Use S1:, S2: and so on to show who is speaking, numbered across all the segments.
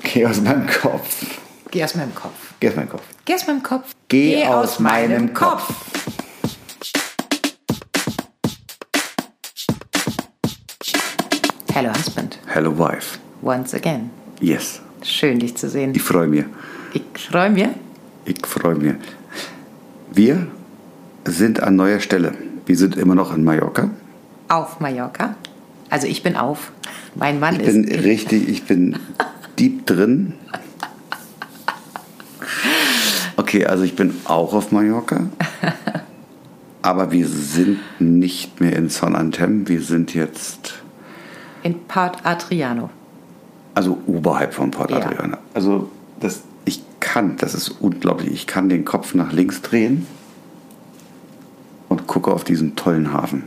S1: Geh aus meinem Kopf.
S2: Geh aus meinem Kopf.
S1: Geh aus meinem Kopf.
S2: Geh aus meinem Kopf.
S1: Geh aus meinem Kopf.
S2: Hello Husband,
S1: Hello Wife.
S2: once again.
S1: Yes.
S2: Schön dich zu sehen.
S1: Ich freue mich.
S2: Ich freue mich.
S1: Ich freue mich. Wir sind an neuer Stelle. Wir sind immer noch in Mallorca.
S2: Auf Mallorca. Also ich bin auf. Mein Mann
S1: Ich
S2: ist.
S1: bin richtig, ich bin deep drin. Okay, also ich bin auch auf Mallorca. Aber wir sind nicht mehr in Son Antem. Wir sind jetzt
S2: In Port Adriano.
S1: also oberhalb von Port
S2: Ja.
S1: Adriana. Also das, ich kann, das ist unglaublich. Ich kann den Kopf nach links drehen und gucke auf diesen tollen Hafen,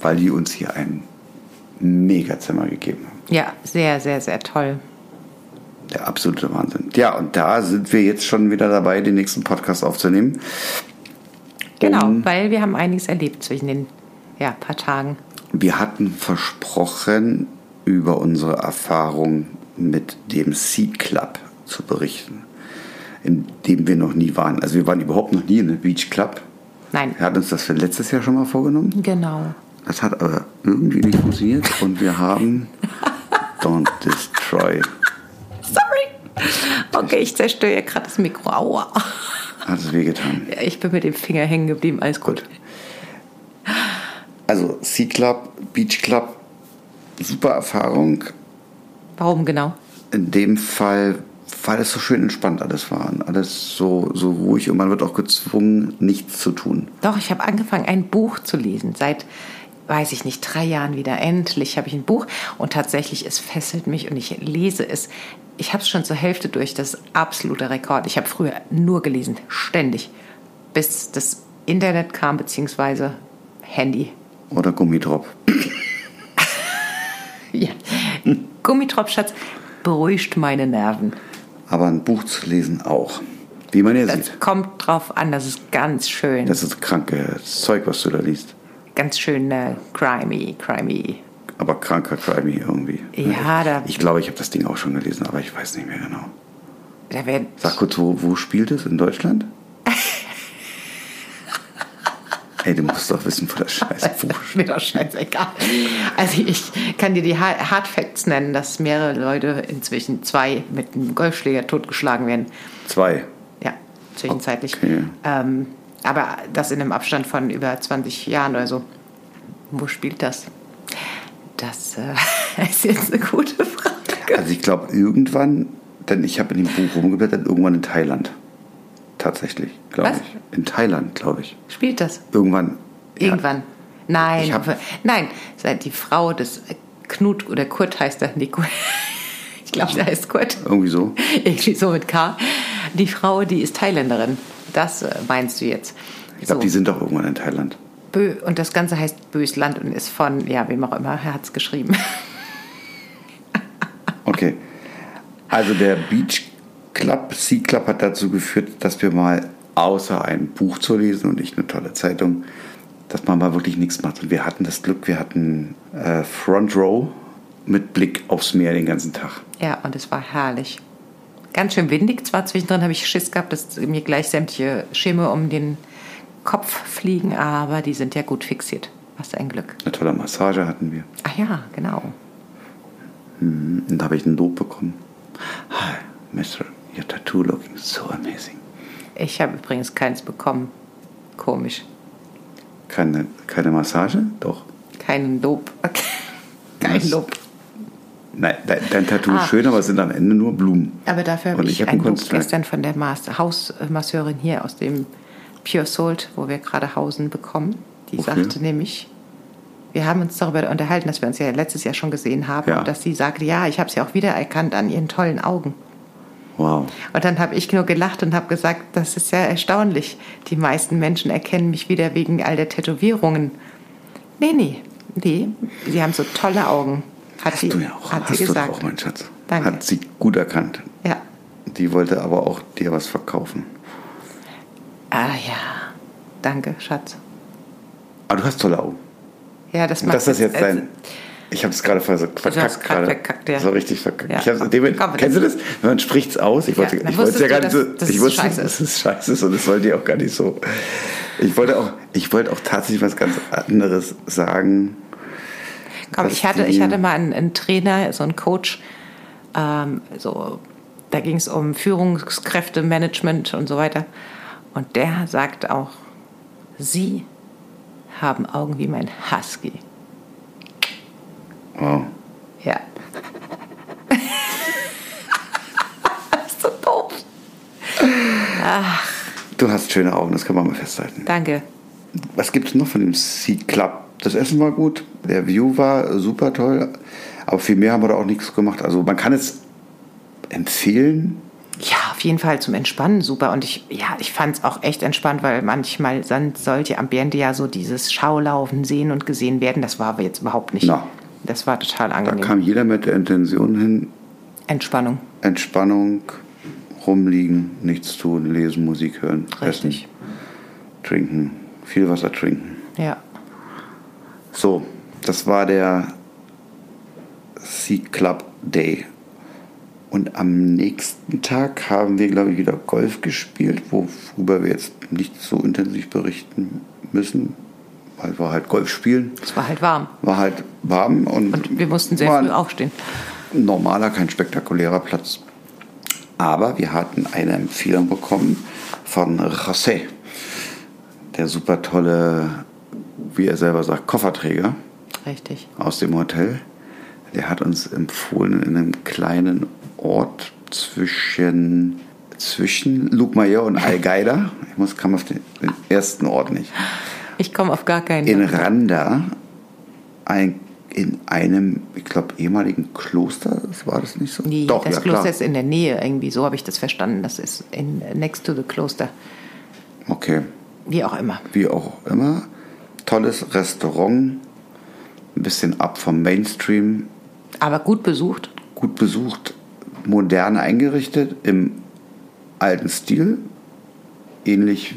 S1: weil die uns hier ein Megazimmer gegeben haben.
S2: Ja, sehr, sehr, sehr toll.
S1: Der absolute Wahnsinn. Ja, und da sind wir jetzt schon wieder dabei, den nächsten Podcast aufzunehmen.
S2: Genau,
S1: Um,
S2: weil wir haben einiges erlebt zwischen den ja, paar Tagen.
S1: wir hatten versprochen, über unsere Erfahrung mit dem Sea Club zu berichten, in dem wir noch nie waren. Also wir waren überhaupt noch nie in einem Beach Club.
S2: Nein.
S1: Wir hatten uns das für letztes Jahr schon mal vorgenommen.
S2: Genau.
S1: Das hat aber irgendwie nicht funktioniert und wir haben Don't Destroy.
S2: Sorry. Okay, ich zerstöre gerade das Mikro. Aua.
S1: Hat es wehgetan.
S2: Ja, Ich bin mit dem Finger hängen geblieben. Alles gut.
S1: Also Sea Club, Beach Club, super Erfahrung.
S2: Warum genau?
S1: in dem Fall, weil es so schön entspannt alles war und alles so, so ruhig und man wird auch gezwungen, nichts zu tun.
S2: Doch, ich habe angefangen, ein Buch zu lesen. Seit, weiß ich nicht, drei Jahren wieder. Endlich habe ich ein Buch. Und tatsächlich, es fesselt mich und ich lese es. Ich habe es schon zur Hälfte durch. Das ist absoluter Rekord. Ich habe früher nur gelesen. Ständig. Bis das Internet kam, beziehungsweise Handy.
S1: Oder Gummitrop.
S2: Ja. Gummitropfschatz beruhigt meine Nerven.
S1: Aber ein Buch zu lesen auch. Wie man hier
S2: Das
S1: sieht.
S2: kommt drauf an, das ist ganz schön.
S1: Das ist kranke Zeug, was du da liest.
S2: ganz schön äh, crimey, crimey.
S1: Aber kranker Crime irgendwie.
S2: Ja, da-
S1: Ich glaube, ich habe das Ding auch schon gelesen, aber ich weiß nicht mehr genau.
S2: Da werden
S1: Sag kurz, wo, wo spielt es? In Deutschland? Ey, du musst doch wissen, wo das Scheiße.
S2: ist mir doch scheißegal. Also ich kann dir die Ha- Hard Facts nennen, dass mehrere Leute inzwischen zwei mit einem Golfschläger totgeschlagen werden.
S1: Zwei.
S2: Ja, zwischenzeitlich.
S1: Okay.
S2: Ähm, aber das in einem Abstand von über 20 Jahren oder so. Wo spielt das? Das äh, ist jetzt eine gute Frage.
S1: Also ich glaube irgendwann, denn ich habe in dem Buch rumgeblättert, irgendwann in Thailand. Tatsächlich, glaube
S2: Was?
S1: ich. In Thailand, glaube ich.
S2: Spielt das?
S1: Irgendwann.
S2: Irgendwann. Nein,
S1: Ich hab-
S2: nein, seit die Frau des äh, Knut oder Kurt heißt er, nee, Kurt. Ich glaube, der heißt Kurt.
S1: Ja, irgendwie so.
S2: Irgendwie so mit K. Die Frau, die ist Thailänderin. Das äh, meinst du jetzt.
S1: Ich glaube,
S2: So.
S1: die sind doch irgendwann in Thailand.
S2: Bö und das Ganze heißt Bös Land und ist von, ja, wem auch immer, er hat es geschrieben.
S1: Okay. Also der Beach Club, Sea Club hat dazu geführt, dass wir mal außer ein Buch zu lesen und nicht eine tolle Zeitung, dass man mal wirklich nichts macht. Und wir hatten das Glück, wir hatten äh, Front Row mit Blick aufs Meer den ganzen Tag.
S2: Ja, und es war herrlich. Ganz schön windig zwar, zwischendrin habe ich Schiss gehabt, dass mir gleich sämtliche Schirme um den Kopf fliegen, aber die sind ja gut fixiert. Was ein Glück.
S1: Eine tolle Massage hatten wir.
S2: Ach ja, genau.
S1: Und da habe ich ein Lob bekommen. Hi, Mr. Your tattoo looking so amazing.
S2: Ich habe übrigens keins bekommen. Komisch.
S1: Keine, keine Massage? Doch.
S2: Kein Lob. Kein
S1: Was?
S2: Lob.
S1: Nein, dein, dein Tattoo
S2: Ah.
S1: ist schön, aber es sind am Ende nur Blumen.
S2: Aber dafür habe
S1: Und ich
S2: ich,
S1: habe
S2: ein
S1: ein
S2: Lob
S1: Kunstwerk.
S2: gestern von der Mas- Hausmasseurin hier aus dem Pure Salt, wo wir gerade hausen, bekommen. Die
S1: Wofür?
S2: sagte nämlich, wir haben uns darüber unterhalten, dass wir uns ja letztes Jahr schon gesehen haben,
S1: Ja.
S2: und dass sie sagte, ja, ich habe sie auch wiedererkannt an ihren tollen Augen.
S1: Wow.
S2: Und dann habe ich nur gelacht und habe gesagt, das ist ja erstaunlich. Die meisten Menschen erkennen mich wieder wegen all der Tätowierungen. Nee, nee, nee. Sie haben so tolle Augen. Hat sie,
S1: Du ja auch.
S2: hat
S1: hast
S2: sie
S1: du doch
S2: gesagt.
S1: auch, mein Schatz.
S2: Danke.
S1: Hat sie gut erkannt.
S2: ja.
S1: Die wollte aber auch dir was verkaufen.
S2: Ah ja. Danke, Schatz.
S1: Aber Ah, du hast tolle Augen.
S2: Ja, das
S1: Und
S2: macht
S1: das ist jetzt
S2: äh,
S1: dein. Ich habe es gerade ver verkackt.
S2: grad
S1: gerade.
S2: verkackt, ja.
S1: So richtig verkackt.
S2: Ja.
S1: Ich hab's, dem,
S2: Komm, das-
S1: kennst du das? Man spricht es aus. Ich wollte
S2: Ja, dann
S1: ich wollt's ja
S2: wusstest
S1: gar
S2: du,
S1: nicht so.
S2: dass- dass
S1: ich
S2: es
S1: wusste,
S2: scheiße
S1: dass es scheiße ist und das wollte ich auch gar nicht so. Ich wollte auch, ich wollte auch tatsächlich was ganz anderes sagen.
S2: Komm,
S1: dass
S2: ich hatte,
S1: die-
S2: ich hatte mal einen, einen Trainer, so einen Coach, ähm, so, da ging es um Führungskräfte, Management und so weiter. Und der sagt auch, Sie haben Augen wie mein Husky.
S1: Wow.
S2: Ja. das ist so doof.
S1: Du hast schöne Augen, das kann man mal festhalten.
S2: Danke.
S1: Was gibt es noch von dem Sea Club? Das Essen war gut, der View war super toll, aber viel mehr haben wir da auch nichts gemacht. Also man kann es empfehlen.
S2: Ja, auf jeden Fall zum Entspannen super. Und ich, ja, ich fand es auch echt entspannt, weil manchmal sind solche Ambiente ja so dieses Schaulaufen, sehen und gesehen werden. Das war aber jetzt überhaupt nicht.
S1: Na.
S2: Das war total
S1: Da
S2: angenehm.
S1: kam jeder mit der Intention hin,
S2: Entspannung,
S1: Entspannung, rumliegen, nichts tun, lesen, Musik hören,
S2: richtig.
S1: essen, trinken, viel Wasser trinken.
S2: Ja.
S1: So, das war der Sea Club Day. Und am nächsten Tag haben wir, glaube ich, wieder Golf gespielt, worüber wir jetzt nicht so intensiv berichten müssen, weil wir halt Golf spielen.
S2: Es war halt warm.
S1: War halt warm und,
S2: Und wir mussten sehr
S1: war
S2: früh aufstehen.
S1: ein normaler, kein spektakulärer Platz. Aber wir hatten eine Empfehlung bekommen von José, der super tolle, wie er selber sagt, Kofferträger
S2: Richtig.
S1: aus dem Hotel. Der hat uns empfohlen, in einem kleinen Ort zwischen, zwischen Lugmajor und Algeida, ich muss, kam auf den, den ersten Ort nicht,
S2: Ich komme auf gar keinen.
S1: in Randa, ein, in einem, ich glaube, ehemaligen Kloster, das war das nicht so?
S2: Nee,
S1: Doch,
S2: das
S1: ja,
S2: Kloster
S1: klar.
S2: ist in der Nähe irgendwie. So habe ich das verstanden. Das ist in, next to the Kloster.
S1: Okay,
S2: Wie auch immer.
S1: wie auch immer. Tolles Restaurant, ein bisschen ab vom Mainstream,
S2: Aber gut besucht.
S1: gut besucht, modern eingerichtet, im alten Stil, ähnlich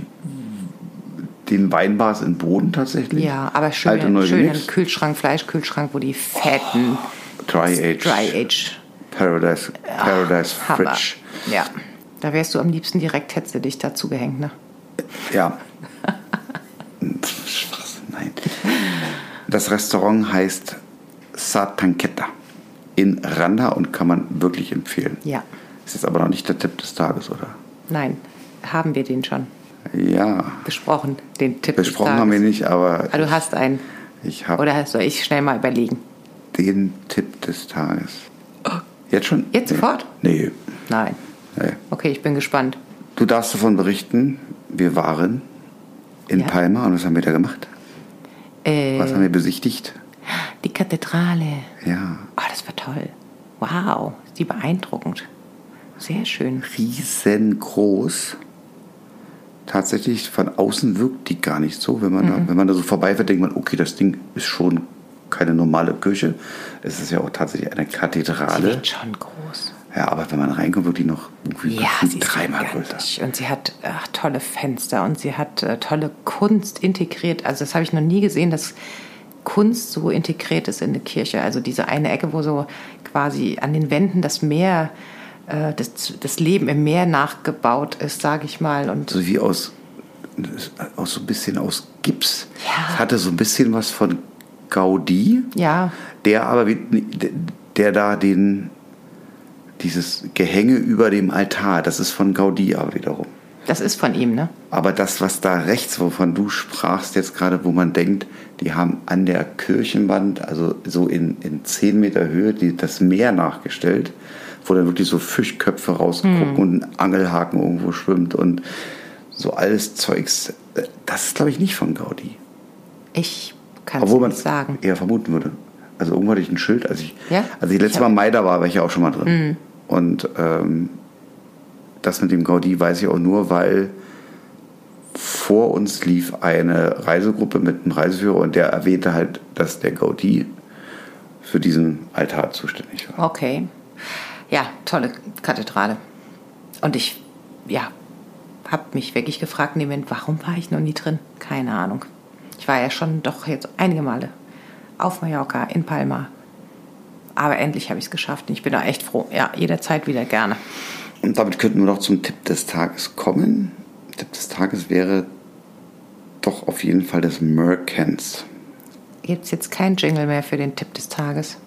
S1: den Weinbars in Boden tatsächlich.
S2: Ja, aber schön,
S1: Hm. Alte und neu
S2: schönen
S1: gemixt.
S2: Kühlschrank, Fleischkühlschrank, wo die fetten
S1: Oh. Dry Age,
S2: Dry Age
S1: Paradise, Paradise
S2: Hammer.
S1: Fridge.
S2: Ja. Da wärst du am liebsten direkt, hättest du dich dazu gehängt, ne?
S1: Ja. Schwachsinn, nein. Das Restaurant heißt Satanqueta in Randa und kann man wirklich empfehlen.
S2: Ja.
S1: Ist jetzt aber noch nicht der Tipp des Tages, oder?
S2: Nein, haben wir den schon
S1: Ja.
S2: besprochen, den Tipp. des
S1: Besprochen
S2: Tages.
S1: haben wir nicht, aber
S2: Ah, du hast einen.
S1: ich habe
S2: Oder soll ich schnell mal überlegen?
S1: den Tipp des Tages. Jetzt schon?
S2: Jetzt
S1: nee.
S2: sofort?
S1: Nee.
S2: Nein.
S1: nee.
S2: Okay, ich bin gespannt.
S1: Du darfst davon berichten, wir waren in
S2: Ja.
S1: Palma und was haben wir da gemacht?
S2: Äh,
S1: Was haben wir besichtigt?
S2: die Kathedrale.
S1: Ja.
S2: Oh, das war toll. Wow, die beeindruckend. Sehr schön.
S1: riesengroß. Tatsächlich von außen wirkt die gar nicht so. Wenn man,
S2: Mhm.
S1: da, wenn man da so vorbeifährt, denkt man, okay, das Ding ist schon keine normale Kirche. Es ist ja auch tatsächlich eine
S2: Sie
S1: Kathedrale.
S2: wird schon groß.
S1: Ja, aber wenn man reinkommt, wirklich noch irgendwie
S2: Ja,
S1: gefühlt
S2: sie ist
S1: dreimal größer.
S2: gigantisch. Und sie hat ach, tolle Fenster und sie hat äh, tolle Kunst integriert. Also das habe ich noch nie gesehen, dass Kunst so integriert ist in eine Kirche. Also diese eine Ecke, wo so quasi an den Wänden das Meer, äh, das, das Leben im Meer nachgebaut ist, sage ich mal. Und
S1: So wie aus, aus so ein bisschen aus Gips.
S2: Ja.
S1: Es hatte so ein bisschen was von Gaudi.
S2: ja,
S1: der aber wie- der, der da den dieses Gehänge über dem Altar, das ist von Gaudí aber wiederum.
S2: das ist von ihm, ne?
S1: Aber das, was da rechts, wovon du sprachst jetzt gerade, wo man denkt, die haben an der Kirchenwand, also so in, in 10 Meter Höhe, die, das Meer nachgestellt, wo dann wirklich so Fischköpfe rausgucken und ein Angelhaken irgendwo schwimmt und so alles Zeugs. Äh, Das ist, glaube ich, nicht von Gaudi.
S2: Ich kann es
S1: Obwohl man
S2: nicht
S1: es
S2: sagen.
S1: eher vermuten würde. Also irgendwo hatte ich ein Schild, als ich,
S2: Ja?
S1: als ich letztes
S2: Ich hab- Mhm.
S1: Mal Maida war, war ich ja auch schon mal drin. Und ähm, das mit dem Gaudi weiß ich auch nur, weil vor uns lief eine Reisegruppe mit einem Reiseführer und der erwähnte halt, dass der Gaudi für diesen Altar zuständig war.
S2: Okay. Ja, tolle Kathedrale. Und ich, ja, habe mich wirklich gefragt, in dem Moment, warum war ich noch nie drin? Keine Ahnung. Ich war ja schon doch jetzt einige Male auf Mallorca, in Palma, Aber endlich habe ich es geschafft. Und ich bin da echt froh. Ja, jederzeit wieder gerne.
S1: Und damit könnten wir doch zum Tipp des Tages kommen. Tipp des Tages wäre doch auf jeden Fall das Merkens.
S2: Gibt es jetzt keinen Jingle mehr für den Tipp des Tages.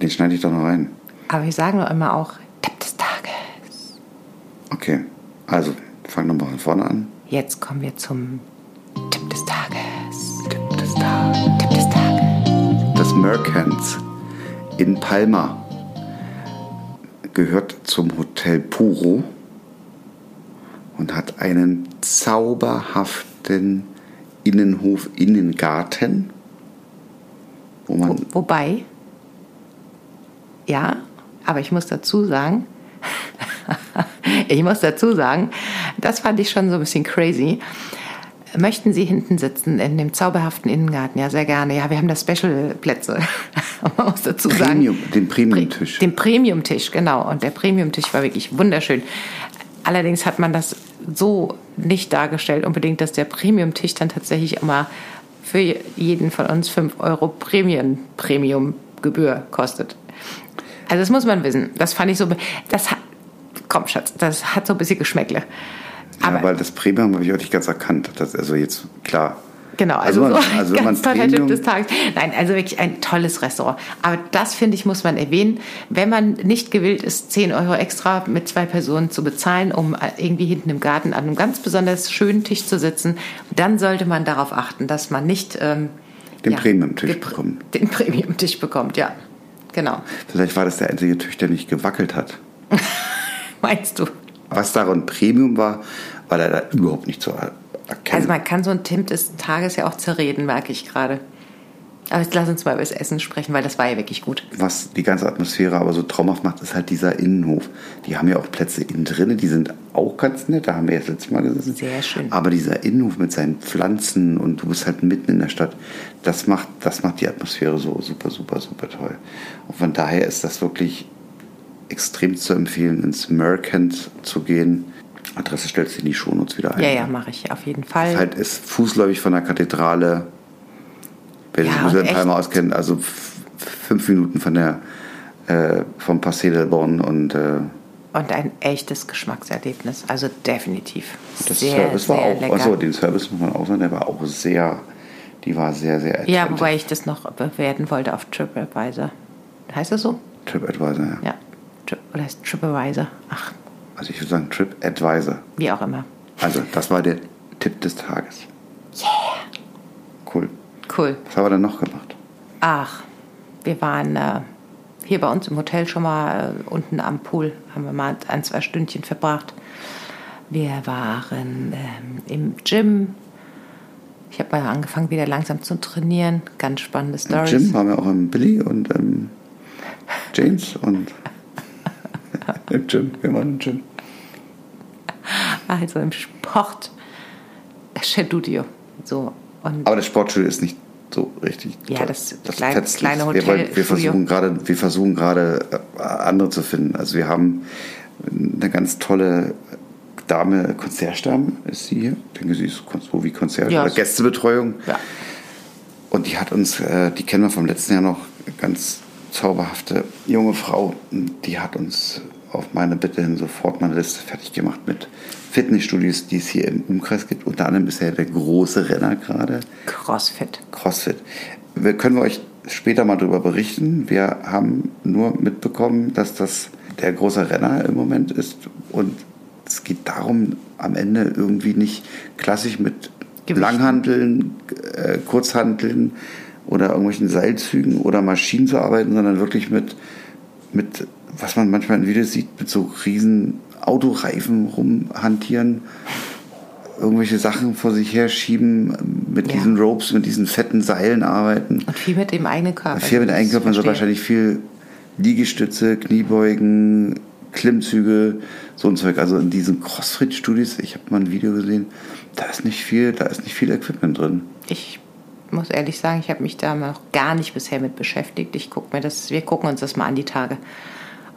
S1: Den schneide ich doch noch rein.
S2: Aber wir sagen doch immer auch Tipp des Tages.
S1: Okay, also fangen wir mal von vorne an.
S2: Jetzt kommen wir zum Tipp des Tages.
S1: Tipp des Tages.
S2: Tipp des Tages.
S1: Das Merkens in Palma gehört zum Hotel Puro und hat einen zauberhaften Innenhof, Innengarten, wo man
S2: Wo, wobei, ja, aber ich muss dazu sagen, ich muss dazu sagen, das fand ich schon so ein bisschen crazy. Möchten Sie hinten sitzen in dem zauberhaften Innengarten? Ja, sehr gerne. Ja, wir haben da Special-Plätze. Man muss dazu sagen,
S1: Premium, den Premium-Tisch.
S2: den Premium-Tisch, genau. Und der Premium-Tisch war wirklich wunderschön. Allerdings hat man das so nicht dargestellt, unbedingt, dass der Premium-Tisch dann tatsächlich immer für jeden von uns 5 Euro Prämien, Premium-Gebühr kostet. Also das muss man wissen. Das fand ich so. be- Das hat, komm, Schatz, das hat so ein bisschen Geschmäckle.
S1: Ja,
S2: Aber
S1: aber das Premium habe ich auch nicht ganz erkannt. Das, also jetzt, klar.
S2: Genau, also,
S1: man-
S2: so
S1: also
S2: also
S1: wenn
S2: ganz
S1: man
S2: toller Tipp des
S1: Premium,
S2: Tages. Nein, also wirklich ein tolles Restaurant. Aber das, finde ich, muss man erwähnen. Wenn man nicht gewillt ist, 10 Euro extra mit zwei Personen zu bezahlen, um irgendwie hinten im Garten an einem ganz besonders schönen Tisch zu sitzen, dann sollte man darauf achten, dass man nicht ähm,
S1: Den Premium-Tisch
S2: gepr-
S1: bekommt.
S2: Den Premium-Tisch bekommt, ja. Genau.
S1: vielleicht war das der einzige Tisch, der nicht gewackelt hat.
S2: Meinst du?
S1: Was daran Premium war, war leider überhaupt nicht zu er- erkennen.
S2: Also man kann so ein Tipp des Tages ja auch zerreden, merke ich gerade. Aber jetzt lass uns mal über das Essen sprechen, weil das war ja wirklich gut.
S1: was die ganze Atmosphäre aber so traumhaft macht, ist halt dieser Innenhof. Die haben ja auch Plätze innen drinne, die sind auch ganz nett, da haben wir jetzt letztes Mal gesessen.
S2: Sehr schön.
S1: Aber dieser Innenhof mit seinen Pflanzen und du bist halt mitten in der Stadt, das macht, das macht die Atmosphäre so super, super, super toll. Und von daher ist das wirklich extrem zu empfehlen, ins Mercant zu gehen. Adresse stellst du in die Shownotes wieder ein.
S2: Ja, ja, mache ich auf jeden Fall.
S1: Ist halt ist fußläufig von der Kathedrale. Wer
S2: Ja,
S1: sich
S2: und
S1: ein bisschen
S2: echt.
S1: Palma auskennt, also f- fünf Minuten von der äh, vom Passé del Bon und äh,
S2: Und ein echtes Geschmackserlebnis. Also definitiv.
S1: das Service war auch. Also den Service muss man auch sagen, der war auch sehr, die war sehr, sehr
S2: ja,
S1: attent-
S2: wobei ich das noch bewerten wollte auf TripAdvisor. Heißt das so?
S1: TripAdvisor. Ja.
S2: Ja. Tri oder heißt TripAdvisor? Ach,
S1: Also ich würde sagen TripAdvisor.
S2: wie auch immer.
S1: Also das war der Tipp des Tages. Yeah. Cool.
S2: Cool.
S1: Was haben wir denn noch gemacht?
S2: Ach, wir waren äh, hier bei uns im Hotel schon mal äh, unten am Pool, haben wir mal ein, zwei Stündchen verbracht. Wir waren ähm, im Gym. Ich habe mal angefangen, wieder langsam zu trainieren. Ganz spannende
S1: Im
S2: Stories.
S1: Gym waren wir auch im Billy und im James und im Gym. Wir waren im Gym.
S2: Also im Sport. Schedudio. So. Und
S1: Aber das Sportstudio ist nicht so richtig.
S2: Ja,
S1: toll.
S2: das klein-
S1: fetzt
S2: kleine
S1: nicht. wir, wollen, wir
S2: Hotelstudio.
S1: versuchen gerade, wir versuchen gerade äh, andere zu finden. Also wir haben eine ganz tolle Dame, Konzertdame ist sie hier. Ich denke, sie ist kon- so wie Konzert
S2: Ja,
S1: oder
S2: so-
S1: Gästebetreuung.
S2: ja,
S1: Und die hat uns, äh, die kennen wir vom letzten Jahr noch, ganz zauberhafte junge Frau, die hat uns auf meine Bitte hin sofort meine Liste fertig gemacht mit Fitnessstudios, die es hier im Umkreis gibt. Unter anderem ist ja der große Renner gerade.
S2: Crossfit.
S1: CrossFit. Wir können wir euch später mal darüber berichten. Wir haben nur mitbekommen, dass das der große Renner im Moment ist und es geht darum, am Ende irgendwie nicht klassisch mit
S2: Gewichten.
S1: Langhandeln, äh, Kurzhandeln oder irgendwelchen Seilzügen oder Maschinen zu arbeiten, sondern wirklich mit, mit was man manchmal in Videos sieht, mit so riesen Autoreifen rumhantieren irgendwelche Sachen vor sich her schieben, mit
S2: Ja.
S1: diesen Ropes, mit diesen fetten Seilen arbeiten.
S2: Und viel mit dem eigenen Körper.
S1: Viel mit Einkörpern so
S2: Verstehe.
S1: wahrscheinlich viel Liegestütze, Kniebeugen, Klimmzüge, so ein Zeug. Also in diesen Crossfit-Studios, ich habe mal ein Video gesehen, da ist nicht viel, da ist nicht viel Equipment drin.
S2: Ich muss ehrlich sagen, ich habe mich da noch gar nicht bisher mit beschäftigt. Ich guck mir das, wir gucken uns das mal an die Tage.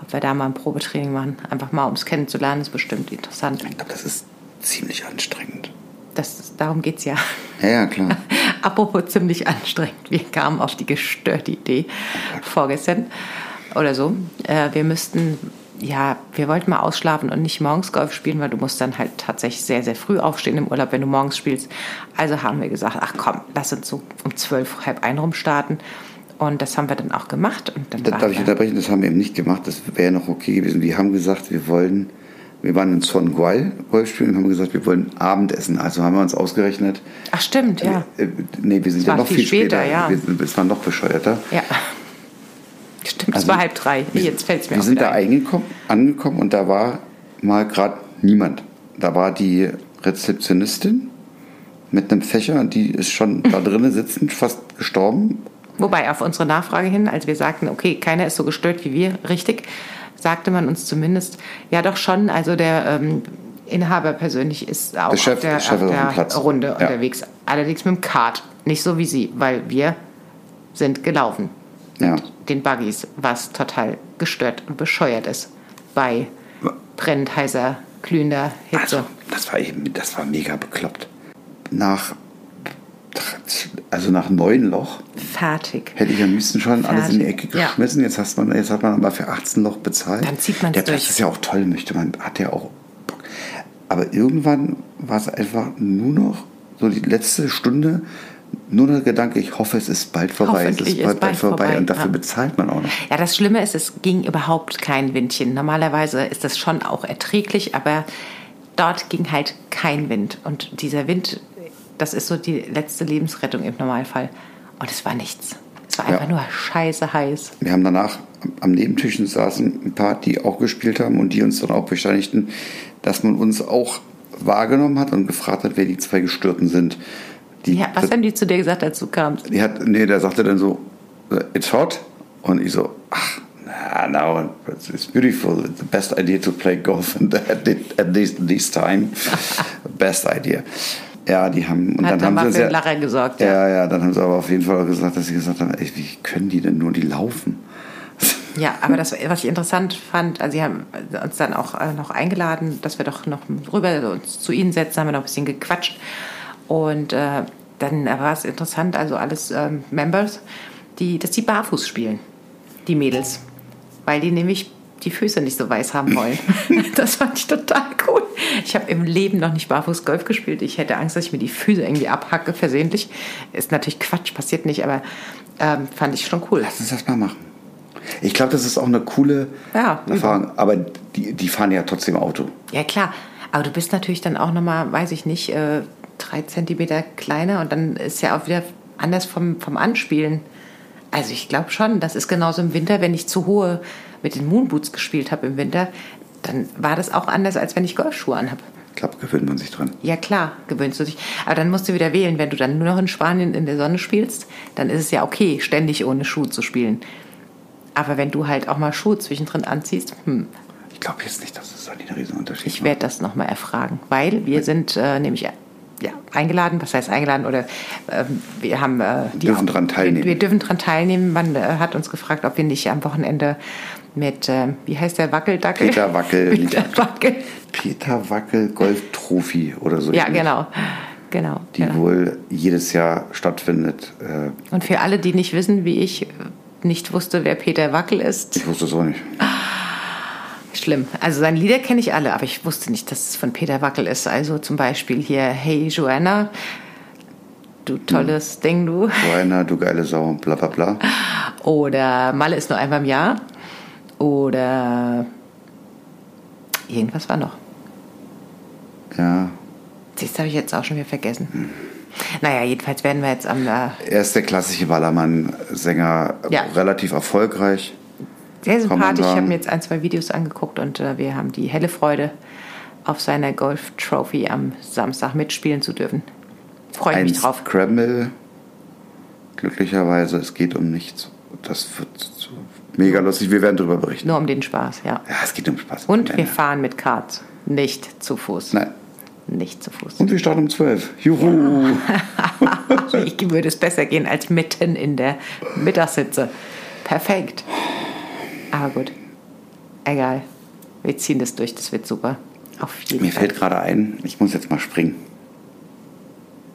S2: Ob wir da mal ein Probetraining machen. Einfach mal, um es kennenzulernen, ist bestimmt interessant.
S1: Ich glaube, das ist ziemlich anstrengend.
S2: Das, darum geht es ja.
S1: Ja, ja, klar.
S2: Apropos ziemlich anstrengend. Wir kamen auf die gestörte Idee vorgestern oder so. Äh, wir müssten, ja, wir wollten mal ausschlafen und nicht morgens Golf spielen, weil du musst dann halt tatsächlich sehr, sehr früh aufstehen im Urlaub, wenn du morgens spielst. Also haben wir gesagt, ach komm, lass uns so um zwölf, halb ein rum starten. Und das haben wir dann auch gemacht. Und dann
S1: Das
S2: war
S1: darf ich
S2: dann-
S1: unterbrechen, das haben wir eben nicht gemacht, das wäre noch okay gewesen. Wir haben gesagt, wir wollen, wir waren in Son Gual Golf spielen und haben gesagt, wir wollen Abendessen. Also haben wir uns ausgerechnet,
S2: Ach stimmt, ja.
S1: äh, nee, wir sind ja
S2: war
S1: noch viel
S2: viel
S1: später.
S2: später, ja.
S1: wir, sind- es war noch bescheuerter.
S2: Ja. Stimmt, es
S1: Also,
S2: war halb drei. Jetzt fällt es mir
S1: Wir
S2: auch
S1: sind
S2: wieder
S1: da
S2: ein.
S1: eingekommen, angekommen und da war mal gerade niemand. Da war die Rezeptionistin mit einem Fächer und die ist schon da drinnen sitzend, fast gestorben.
S2: Wobei auf unsere Nachfrage hin, als wir sagten, okay, keiner ist so gestört wie wir, richtig, sagte man uns zumindest, ja doch schon, also der ähm, Inhaber persönlich ist auch
S1: Der Chef-
S2: auf der,
S1: der Chef ist auf dem
S2: auf der
S1: Platz.
S2: Runde
S1: Ja.
S2: unterwegs, allerdings mit dem Kart, nicht so wie Sie, weil wir sind gelaufen
S1: Ja.
S2: den Buggies, was total gestört und bescheuert ist bei brennend heißer, glühender Hitze.
S1: Also, das war eben, das war mega bekloppt. Nach, also nach neun Loch
S2: Fertig.
S1: hätte ich am liebsten schon alles in die Ecke
S2: Ja.
S1: geschmissen. Jetzt, hast man, jetzt hat man aber für 18 Loch bezahlt.
S2: Dann zieht man's
S1: Der Platz
S2: durch.
S1: ist ja auch toll, möchte man, hat ja auch Bock. Aber irgendwann war es einfach nur noch, so die letzte Stunde, nur der Gedanke, ich hoffe, es ist bald vorbei. Es
S2: Hoffentlich
S1: ist bald, bald vorbei. Und dafür
S2: ja.
S1: bezahlt man auch noch.
S2: Ja, das Schlimme ist, es ging überhaupt kein Windchen. Normalerweise ist das schon auch erträglich, aber dort ging halt kein Wind. Und dieser Wind, das ist so die letzte Lebensrettung im Normalfall. Und es war nichts. Es war
S1: Ja.
S2: einfach nur scheiße heiß.
S1: Wir haben danach am Nebentisch saßen ein paar, die auch gespielt haben und die uns dann auch bescheinigten, dass man uns auch wahrgenommen hat und gefragt hat, wer die zwei Gestörten sind. Die,
S2: Ja, was haben die zu dir gesagt, als du kamst?
S1: die hat, nee, der sagte dann so, äh, it's hot. Und ich so, ach, na, now it's beautiful. It's the best idea to play golf at, thi- at this, this time. best idea. Ja, die haben, und
S2: Hat
S1: dann
S2: dann mal
S1: haben sie uns
S2: für einen Lacher gesorgt,
S1: Ja.
S2: ja.
S1: ja, dann haben sie aber auf jeden Fall auch gesagt, dass sie gesagt haben, ey, wie können die denn nur die laufen?
S2: Ja, aber das, was ich interessant fand, also sie haben uns dann auch äh, noch eingeladen, dass wir doch noch rüber uns zu ihnen setzen, haben wir noch ein bisschen gequatscht. Und äh, dann war es interessant, also alles ähm, Members, die, dass die barfuß spielen, die Mädels, weil die nämlich die Füße nicht so weiß haben wollen. das fand ich total cool. Ich habe im Leben noch nicht barfuß Golf gespielt. Ich hätte Angst, dass ich mir die Füße irgendwie abhacke versehentlich. Ist natürlich Quatsch, passiert nicht, aber ähm, fand ich schon cool.
S1: Lass uns das mal machen. Ich glaube, das ist auch eine coole
S2: Ja, Übung.
S1: Erfahrung. Aber die, die fahren ja trotzdem Auto.
S2: Ja, klar. Aber du bist natürlich dann auch nochmal, weiß ich nicht, äh, drei Zentimeter kleiner und dann ist ja auch wieder anders vom, vom Anspielen. Also ich glaube schon, das ist genauso im Winter, wenn ich zu hohe mit den Moonboots gespielt habe im Winter, dann war das auch anders, als wenn ich Golfschuhe anhabe.
S1: Ich glaube, gewöhnt man sich dran.
S2: Ja klar, gewöhnst du dich. Aber dann musst du wieder wählen, wenn du dann nur noch in Spanien in der Sonne spielst, dann ist es ja okay, ständig ohne Schuh zu spielen. Aber wenn du halt auch mal Schuhe zwischendrin anziehst, hm,
S1: Ich glaube jetzt nicht, dass es das ein Riesenunterschied
S2: Ich werde das nochmal erfragen, weil wir sind äh, nämlich äh, ja, eingeladen, was heißt eingeladen oder ähm, wir haben äh, die
S1: dürfen dran teilnehmen.
S2: Wir, wir dürfen dran teilnehmen. Man äh, hat uns gefragt, ob wir nicht am Wochenende mit ähm, wie heißt der Wackeldackel?
S1: Peter Wackel.
S2: Peter Wackel.
S1: Peter Wackel Golf Trophy oder so.
S2: Ja,
S1: ähnlich,
S2: genau. Genau.
S1: Die
S2: genau.
S1: wohl jedes Jahr stattfindet. Äh,
S2: Und für alle, die nicht wissen, wie ich äh, nicht wusste, wer Peter Wackel ist,
S1: Ich wusste es auch nicht.
S2: schlimm. Also seine Lieder kenne ich alle, aber ich wusste nicht, dass es von Peter Wackel ist. Also zum Beispiel hier Hey Joanna, du tolles Ding, du.
S1: So einer, du geile Sau, bla bla bla.
S2: Oder Malle ist nur einmal im Jahr. Oder irgendwas war noch.
S1: Ja.
S2: Siehst, habe ich jetzt auch schon wieder
S1: Hm.
S2: vergessen. Naja, jedenfalls werden wir jetzt am. Äh,
S1: Er ist der klassische Ballermann-Sänger,
S2: Ja.
S1: relativ erfolgreich.
S2: sehr
S1: Kann man
S2: sympathisch. Ich habe
S1: sagen.
S2: mir jetzt ein, zwei Videos angeguckt und äh, wir haben die helle Freude, auf seiner Golf Trophy am Samstag mitspielen zu dürfen. Freue ich
S1: Ein
S2: mich drauf.
S1: Scramble. Glücklicherweise, es geht um nichts. Das wird so mega lustig. Wir werden darüber berichten.
S2: Nur um den Spaß, ja.
S1: Ja, es geht um Spaß.
S2: Und wir
S1: Nein,
S2: fahren mit Karts. Nicht zu Fuß.
S1: Nein.
S2: Nicht zu Fuß.
S1: Und wir starten um 12. Juhu.
S2: Ich würde es besser gehen als mitten in der Mittagssitze. Perfekt. Aber gut. Egal. Wir ziehen das durch, das wird super. Auf jeden
S1: Mir
S2: Fall.
S1: fällt gerade ein, ich muss jetzt mal springen.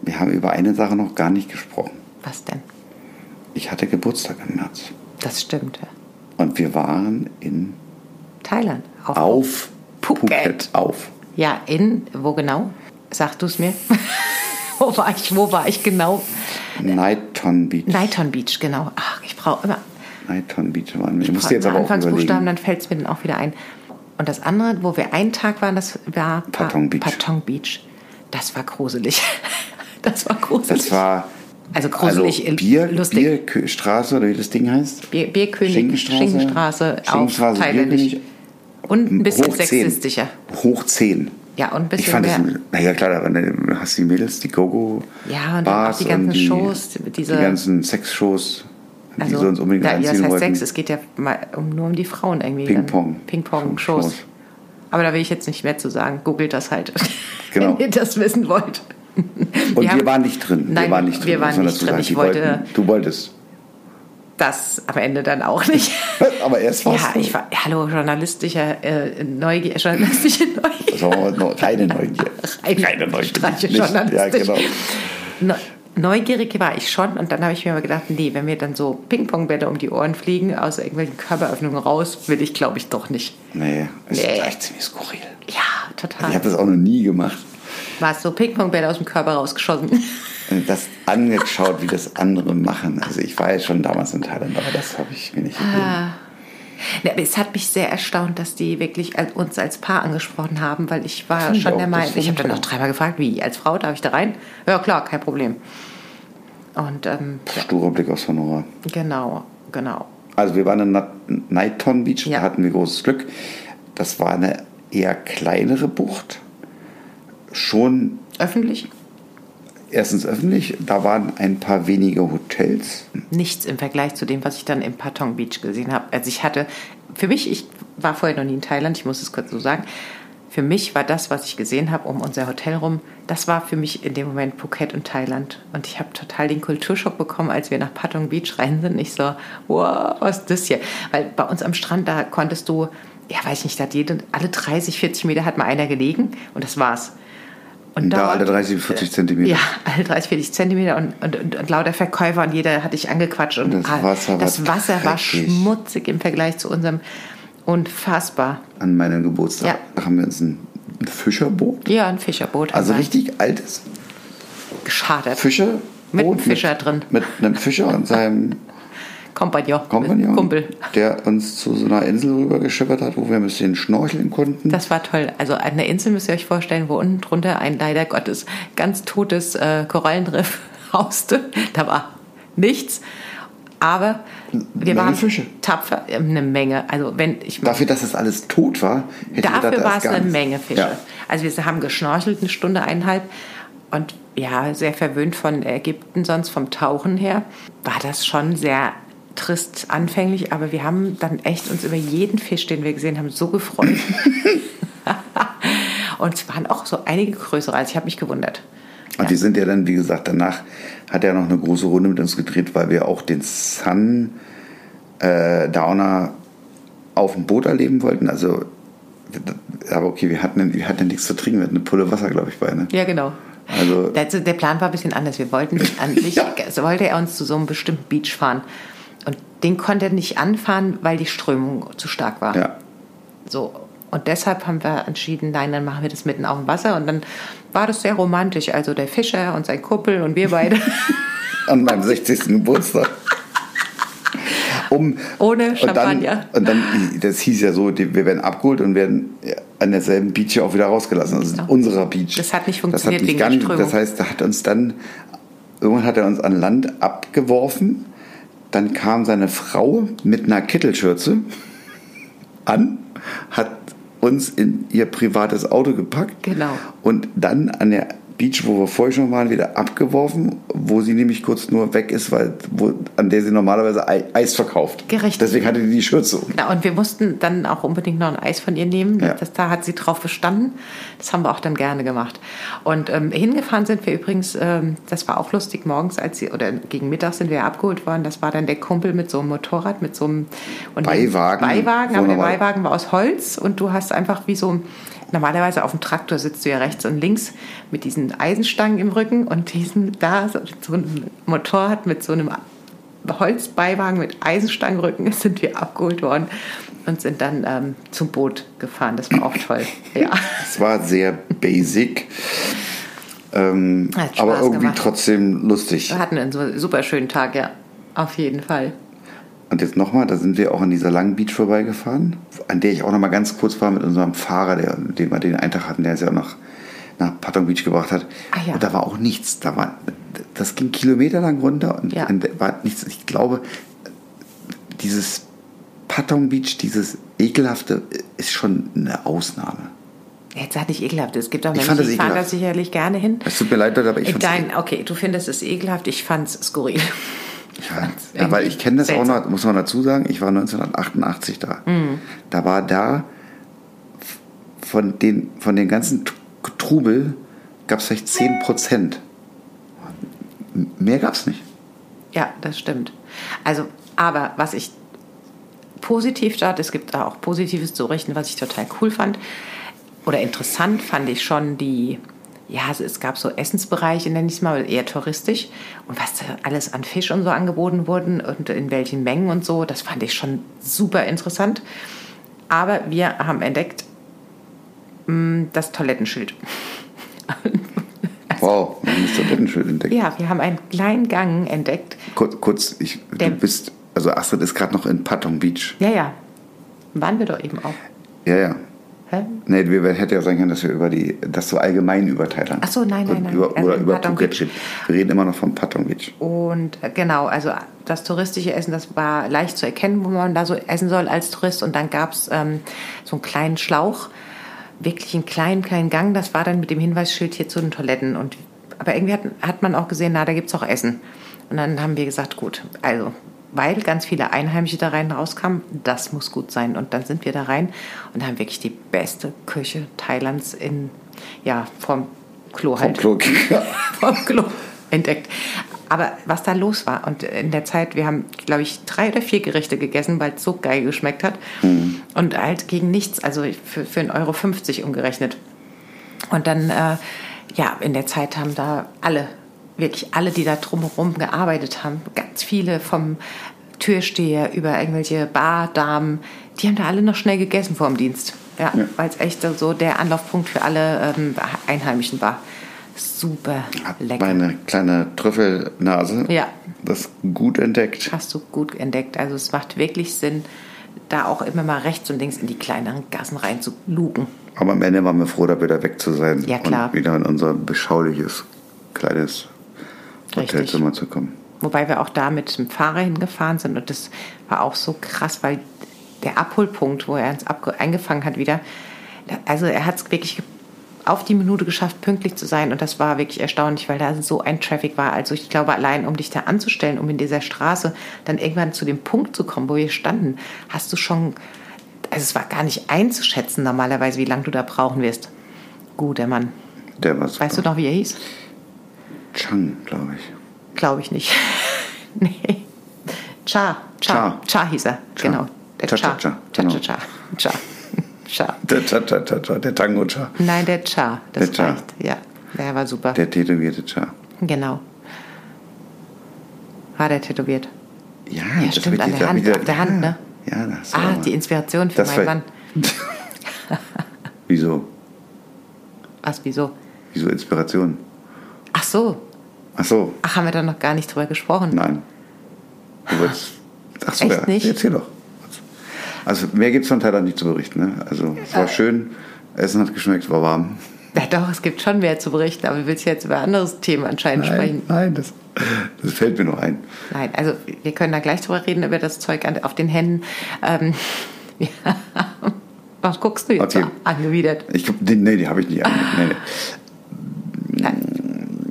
S1: Wir wir haben über eine Sache noch gar nicht gesprochen.
S2: Was denn?
S1: Ich hatte Geburtstag im März.
S2: Das stimmt. ja.
S1: Und wir waren in
S2: Thailand.
S1: auf
S2: Phuket.
S1: Auf.
S2: Ja, in, wo genau? Sag du es mir. wo war ich, wo war ich genau?
S1: Nighton Beach.
S2: Nighton Beach, genau. Ach, ich brauche immer
S1: Nighton Beach waren wir. Ich musste jetzt
S2: einen
S1: aber auch
S2: Anfangsbuchstaben,
S1: überlegen.
S2: dann fällt es mir dann auch wieder ein. Und das andere, wo wir einen Tag waren, das war
S1: Patong Beach.
S2: Patong Beach. Das war gruselig. Das war gruselig.
S1: Das war
S2: also gruselig,
S1: also Bier,
S2: lustig.
S1: Bierstraße oder wie das Ding heißt.
S2: Bier, Bierkönig,
S1: Schinkenstraße?
S2: Schinkenstraße, auf
S1: Schinkenstraße,
S2: Thailändisch.
S1: Bierkönig.
S2: Und ein bisschen
S1: Hoch 10.
S2: sexistischer.
S1: Hoch 10.
S2: Ja, und ein bisschen
S1: Ich fand
S2: mehr.
S1: das, naja klar, aber dann hast du die Mädels, die Gogo.
S2: Ja, und dann auch die ganzen Shows, diese-
S1: die ganzen Sexshows, die sie uns unbedingt
S2: Also, da, ja,
S1: anziehen
S2: das heißt
S1: wollten.
S2: Sex, es geht ja mal um, nur um die Frauen irgendwie.
S1: Ping-Pong.
S2: dann. Ping-Pong-Shows.
S1: Shows.
S2: Aber da will ich jetzt nicht mehr zu sagen. Googelt das halt,
S1: Genau.
S2: wenn ihr das wissen wollt.
S1: Und wir,
S2: haben-
S1: waren nicht drin.
S2: Nein,
S1: wir waren nicht drin.
S2: wir waren
S1: muss man
S2: nicht
S1: dazu
S2: drin.
S1: sagen.
S2: Ich
S1: Die
S2: wollte-
S1: wollten- Du wolltest.
S2: Das am Ende dann auch nicht.
S1: Aber erst warst
S2: ja,
S1: du.
S2: ich war, hallo, journalistischer äh, Neugier, journalistische Neugier.
S1: Das war aber noch reine Neugier. Reine Neugier.
S2: Streiche
S1: Nicht- Ja,
S2: journalistisch.
S1: genau.
S2: Ne- Neugierig war ich schon und dann habe ich mir aber gedacht, nee, wenn mir dann so Ping-Pong-Bälle um die Ohren fliegen, aus irgendwelchen Körperöffnungen raus, will ich glaube ich doch nicht.
S1: Nee, es ist
S2: Nee.
S1: gleich ziemlich skurril.
S2: Ja,
S1: Ich
S2: total.
S1: habe das auch noch nie gemacht.
S2: War es so Ping-Pong-Bälle aus dem Körper rausgeschossen.
S1: Äh, Das angeschaut, wie das andere machen. Also ich war ja schon damals in Thailand, aber das habe ich mir nicht
S2: Ah.
S1: gegeben.
S2: Ne, aber es hat mich sehr erstaunt, dass die wirklich al- uns als Paar angesprochen haben, weil ich war
S1: Fand ich
S2: schon
S1: auch,
S2: der
S1: das
S2: Meinung,
S1: fand
S2: ich habe
S1: ich
S2: dann
S1: auch.
S2: auch dreimal gefragt, wie, als Frau darf ich da rein? Ja klar, kein Problem. Und ähm,
S1: Sturer Blick aufs Sonora.
S2: genau, genau.
S1: Also wir waren in Na- Nighton Beach, da
S2: Ja.
S1: hatten wir großes Glück. Das war eine eher kleinere Bucht. Schon
S2: Öffentlich?
S1: erstens öffentlich, da waren ein paar wenige Hotels.
S2: Nichts im Vergleich zu dem, was ich dann im Patong Beach gesehen habe. Also ich hatte, für mich, ich war vorher noch nie in Thailand, ich muss es kurz so sagen, für mich war das, was ich gesehen habe um unser Hotel rum, das war für mich in dem Moment Phuket und Thailand. Und ich habe total den Kulturschock bekommen, als wir nach Patong Beach rein sind. Ich so, wow, was ist das hier? Weil bei uns am Strand, da konntest du, ja weiß ich nicht, da hat jede, alle 30, 40 Meter hat mal einer gelegen und das war's.
S1: Und da
S2: dort-
S1: alle 30 bis 40 Zentimeter.
S2: ja, alle 30, 40 Zentimeter und, und, und, und lauter Verkäufer und jeder hat dich angequatscht. Und
S1: Das
S2: ah,
S1: Wasser war
S2: das Wasser war
S1: dreckig.
S2: schmutzig im Vergleich zu unserem. Unfassbar.
S1: An meinem Geburtstag
S2: Ja.
S1: Da haben wir uns ein Fischerboot.
S2: Ja, ein Fischerboot. haben
S1: Also
S2: wir
S1: richtig altes
S2: Geschadert.
S1: Fischerboot.
S2: Mit einem Fischer drin.
S1: Mit einem Fischer und seinem
S2: Kompagnon.
S1: Kompagnon,
S2: Kumpel.
S1: der uns zu so einer Insel rübergeschippert hat, wo wir ein bisschen schnorcheln konnten.
S2: Das war toll. Also an der Insel müsst ihr euch vorstellen, wo unten drunter ein leider Gottes ganz totes äh, Korallenriff hauste. Da war nichts. Aber wir
S1: Menge
S2: waren
S1: Fische.
S2: tapfer, äh, eine Menge. Also wenn ich
S1: Dafür, dass es alles tot war, hätte ich
S2: Dafür
S1: gedacht, da
S2: war
S1: ist
S2: es
S1: gar
S2: eine
S1: nichts.
S2: Menge Fische.
S1: Ja.
S2: Also wir haben geschnorchelt eine Stunde, eineinhalb. Und ja, sehr verwöhnt von Ägypten, sonst vom Tauchen her, war das schon sehr trist anfänglich. Aber wir haben dann echt uns über jeden Fisch, den wir gesehen haben, so gefreut. Und es waren auch so einige größere. Also ich habe mich gewundert.
S1: Und wir sind ja dann, wie gesagt, danach hat er noch eine große Runde mit uns gedreht, weil wir auch den Sun äh, Downer auf dem Boot erleben wollten. Also, aber okay, wir hatten, wir hatten ja nichts zu trinken, wir hatten eine Pulle Wasser, glaube ich, bei. Ne?
S2: Ja, genau.
S1: Also,
S2: Der, der Plan war ein bisschen anders. Wir wollten an sich,
S1: Ja.
S2: so wollte er uns zu so einem bestimmten Beach fahren. Und den konnte er nicht anfahren, weil die Strömung zu stark war.
S1: ja.
S2: So. Und deshalb haben wir entschieden, nein, dann machen wir das mitten auf dem Wasser. Und dann war das sehr romantisch. Also der Fischer und sein Kuppel und wir beide
S1: An meinem 60. Geburtstag. Um,
S2: ohne
S1: und dann,
S2: Champagner.
S1: und dann, das hieß ja so, die- wir werden abgeholt und werden an derselben Beach auch wieder rausgelassen. Also
S2: Genau.
S1: unserer Beach.
S2: Das hat nicht
S1: Das hat
S2: funktioniert
S1: nicht
S2: wegen
S1: gar
S2: der
S1: nicht-
S2: Strömung.
S1: Das heißt, da hat uns dann, irgendwann hat er uns an Land abgeworfen. Dann kam seine Frau mit einer Kittelschürze an, hat uns in ihr privates Auto gepackt
S2: Genau.
S1: und dann an der Beach, wo wir vorher schon waren, wieder abgeworfen, wo sie nämlich kurz nur weg ist, weil wo, an der sie normalerweise Ei- Eis verkauft.
S2: Gerichtet.
S1: Deswegen hatte die die Schürze um.
S2: Na, und wir mussten dann auch unbedingt noch ein Eis von ihr nehmen.
S1: Ja.
S2: Das, da hat sie drauf bestanden. Das haben wir auch dann gerne gemacht. Und ähm, hingefahren sind wir übrigens, ähm, das war auch lustig, morgens als sie, oder gegen Mittag sind wir abgeholt worden. Das war dann der Kumpel mit so einem Motorrad, mit so einem und dem
S1: Beiwagen.
S2: Beiwagen, aber der
S1: Wunderbar.
S2: Beiwagen war aus Holz und du hast einfach wie so ein normalerweise auf dem Traktor sitzt du ja rechts und links mit diesen Eisenstangen im Rücken und diesen da so, so einem Motorrad mit so einem Holzbeiwagen mit Eisenstangenrücken sind wir abgeholt worden und sind dann ähm, zum Boot gefahren. Das war auch toll. Ja.
S1: Es war sehr basic. Ähm,
S2: Hat Spaß
S1: aber irgendwie
S2: gemacht.
S1: trotzdem lustig.
S2: Wir hatten einen su- super schönen Tag, ja. Auf jeden Fall.
S1: Und jetzt nochmal, da sind wir auch an dieser langen Beach vorbeigefahren, an der ich auch nochmal ganz kurz war mit unserem Fahrer, der, den wir den einen Tag hatten, der es ja auch noch nach Patong Beach gebracht hat.
S2: Ah ja.
S1: Und da war auch nichts. Da war, das ging kilometerlang runter und,
S2: Ja.
S1: und war nichts. Ich glaube, dieses Patong Beach, dieses ekelhafte, ist schon eine Ausnahme.
S2: Jetzt hat nicht ekelhaft. Es gibt auch
S1: Ich
S2: Menschen,
S1: fand das
S2: die fahren da
S1: ekelhaft.
S2: sicherlich gerne hin.
S1: Es tut mir leid, Leute, aber ich
S2: In
S1: fand's
S2: dein, okay, du findest es ekelhaft. Ich fand es skurril.
S1: Ja,
S2: fand's
S1: ja, weil
S2: irgendwie
S1: ich kenne das auch
S2: seltsam. Mhm.
S1: noch, muss man dazu sagen, ich war 1988 da. Da war da f- von den, von den ganzen T- Trubel gab es vielleicht 10 Prozent. Mehr gab es nicht.
S2: Ja, das stimmt. Also, aber was ich positiv dort, es gibt da auch Positives zu richten, was ich total cool fand oder interessant fand ich schon die, ja, also es gab so Essensbereiche, nenne ich es mal, eher touristisch und was da alles an Fisch und so angeboten wurden und in welchen Mengen und so, das fand ich schon super interessant. Aber wir haben entdeckt, mh, das Toilettenschild.
S1: Wow, wir haben das Toilettenschild entdeckt.
S2: Ja, wir haben einen kleinen Gang entdeckt.
S1: Kurz, kurz ich, du
S2: Der-
S1: bist, also Astrid ist gerade noch in Patong Beach.
S2: Ja, ja, waren wir doch eben auch.
S1: Ja, ja.
S2: Hä?
S1: Nee, wir wir- hätte ja sein können, dass wir über die, das so allgemein über Thailand.
S2: Ach so, nein, nein,
S1: und
S2: nein.
S1: Über,
S2: Also
S1: oder
S2: in
S1: über
S2: Patong
S1: Phuket
S2: Beach.
S1: steht. Wir reden immer noch von Patong Beach.
S2: Und äh, genau, also das touristische Essen, das war leicht zu erkennen, wo man da so essen soll als Tourist. Und dann gab es ähm, so einen kleinen Schlauch, wirklich einen kleinen, kleinen Gang. Das war dann mit dem Hinweisschild hier zu den Toiletten. Und, aber irgendwie hat, hat man auch gesehen, na, da gibt es auch Essen. Und dann haben wir gesagt, gut, also weil ganz viele Einheimische da rein rauskamen, das muss gut sein. Und dann sind wir da rein und haben wirklich die beste Küche Thailands in, ja, vom Klo halt
S1: Vom Klo.
S2: vom Klo entdeckt. Aber was da los war und in der Zeit, wir haben, glaube ich, drei oder vier Gerichte gegessen, weil es so geil geschmeckt hat. Und halt gegen nichts, also für, für 1,50 Euro umgerechnet. Und dann, äh, ja, in der Zeit haben da alle, wirklich alle, die da drumherum gearbeitet haben, ganz viele vom Türsteher über irgendwelche Bardamen, die haben da alle noch schnell gegessen vor dem Dienst. Ja,
S1: Ja.
S2: weil es echt so der Anlaufpunkt für alle ähm, Einheimischen war. Super
S1: Hat
S2: lecker.
S1: meine kleine Trüffelnase
S2: Ja.
S1: das gut entdeckt.
S2: Hast du gut entdeckt. Also es macht wirklich Sinn, da auch immer mal rechts und links in die kleineren Gassen rein zu lugen.
S1: Aber am Ende waren wir froh, da wieder weg zu sein
S2: Ja, klar.
S1: und wieder in unser beschauliches, kleines
S2: Richtig.
S1: Hotelzimmer zu kommen.
S2: Wobei wir auch da mit dem Fahrer hingefahren sind und das war auch so krass, weil der Abholpunkt, wo er uns abge- eingefangen hat wieder, da- also er hat es wirklich ge- auf die Minute geschafft, pünktlich zu sein und das war wirklich erstaunlich, weil da so ein Traffic war. Also ich glaube, allein um dich da anzustellen, um in dieser Straße dann irgendwann zu dem Punkt zu kommen, wo wir standen, hast du schon, also es war gar nicht einzuschätzen normalerweise, wie lange du da brauchen wirst. Guter Mann.
S1: Der war super.
S2: Weißt du noch, wie er hieß?
S1: Chang, glaube ich.
S2: Glaube ich nicht. nee. Cha, Cha.
S1: Cha.
S2: Cha hieß er.
S1: Cha.
S2: Genau. Der
S1: Cha,
S2: Cha.
S1: Cha, Cha.
S2: Cha, Cha,
S1: Genau.
S2: Cha. Cha. Cha. Cha.
S1: Der, Cha, Cha, Cha, Cha, der Tango Cha.
S2: Nein, der Cha. Das
S1: Der Cha.
S2: reicht. Ja, der war super.
S1: Der tätowierte Cha.
S2: genau. War der tätowiert?
S1: Ja,
S2: stimmt,
S1: hab ich
S2: an
S1: dir- hab
S2: der
S1: ich
S2: Hand,
S1: dir-
S2: auf der Hand,
S1: ja,
S2: ne?
S1: Ja, das
S2: ah, die Inspiration für
S1: Das
S2: meinen
S1: war-
S2: Mann.
S1: Wieso?
S2: Was, wieso?
S1: Wieso Inspiration?
S2: Ach so.
S1: Ach so,
S2: Ach, haben wir da noch gar nicht drüber gesprochen?
S1: nein. Du wolltest. Ach so,
S2: Ah. Echt
S1: ja.
S2: nicht?
S1: Erzähl doch. Also, mehr gibt es von Thailand nicht zu berichten. Ne? Also, es war schön. Essen hat geschmeckt, war warm.
S2: Ja, doch, es gibt schon mehr zu berichten, aber du willst jetzt über anderes Thema anscheinend
S1: Nein,
S2: sprechen.
S1: nein das, das fällt mir noch ein.
S2: Nein, also wir können da gleich drüber reden, über das Zeug an, auf den Händen. Ähm, wir haben- was guckst du jetzt
S1: Okay.
S2: so angewidert?
S1: Ich glaub, die- nee, die habe ich nicht.
S2: Ah.
S1: ange- Nee, nee.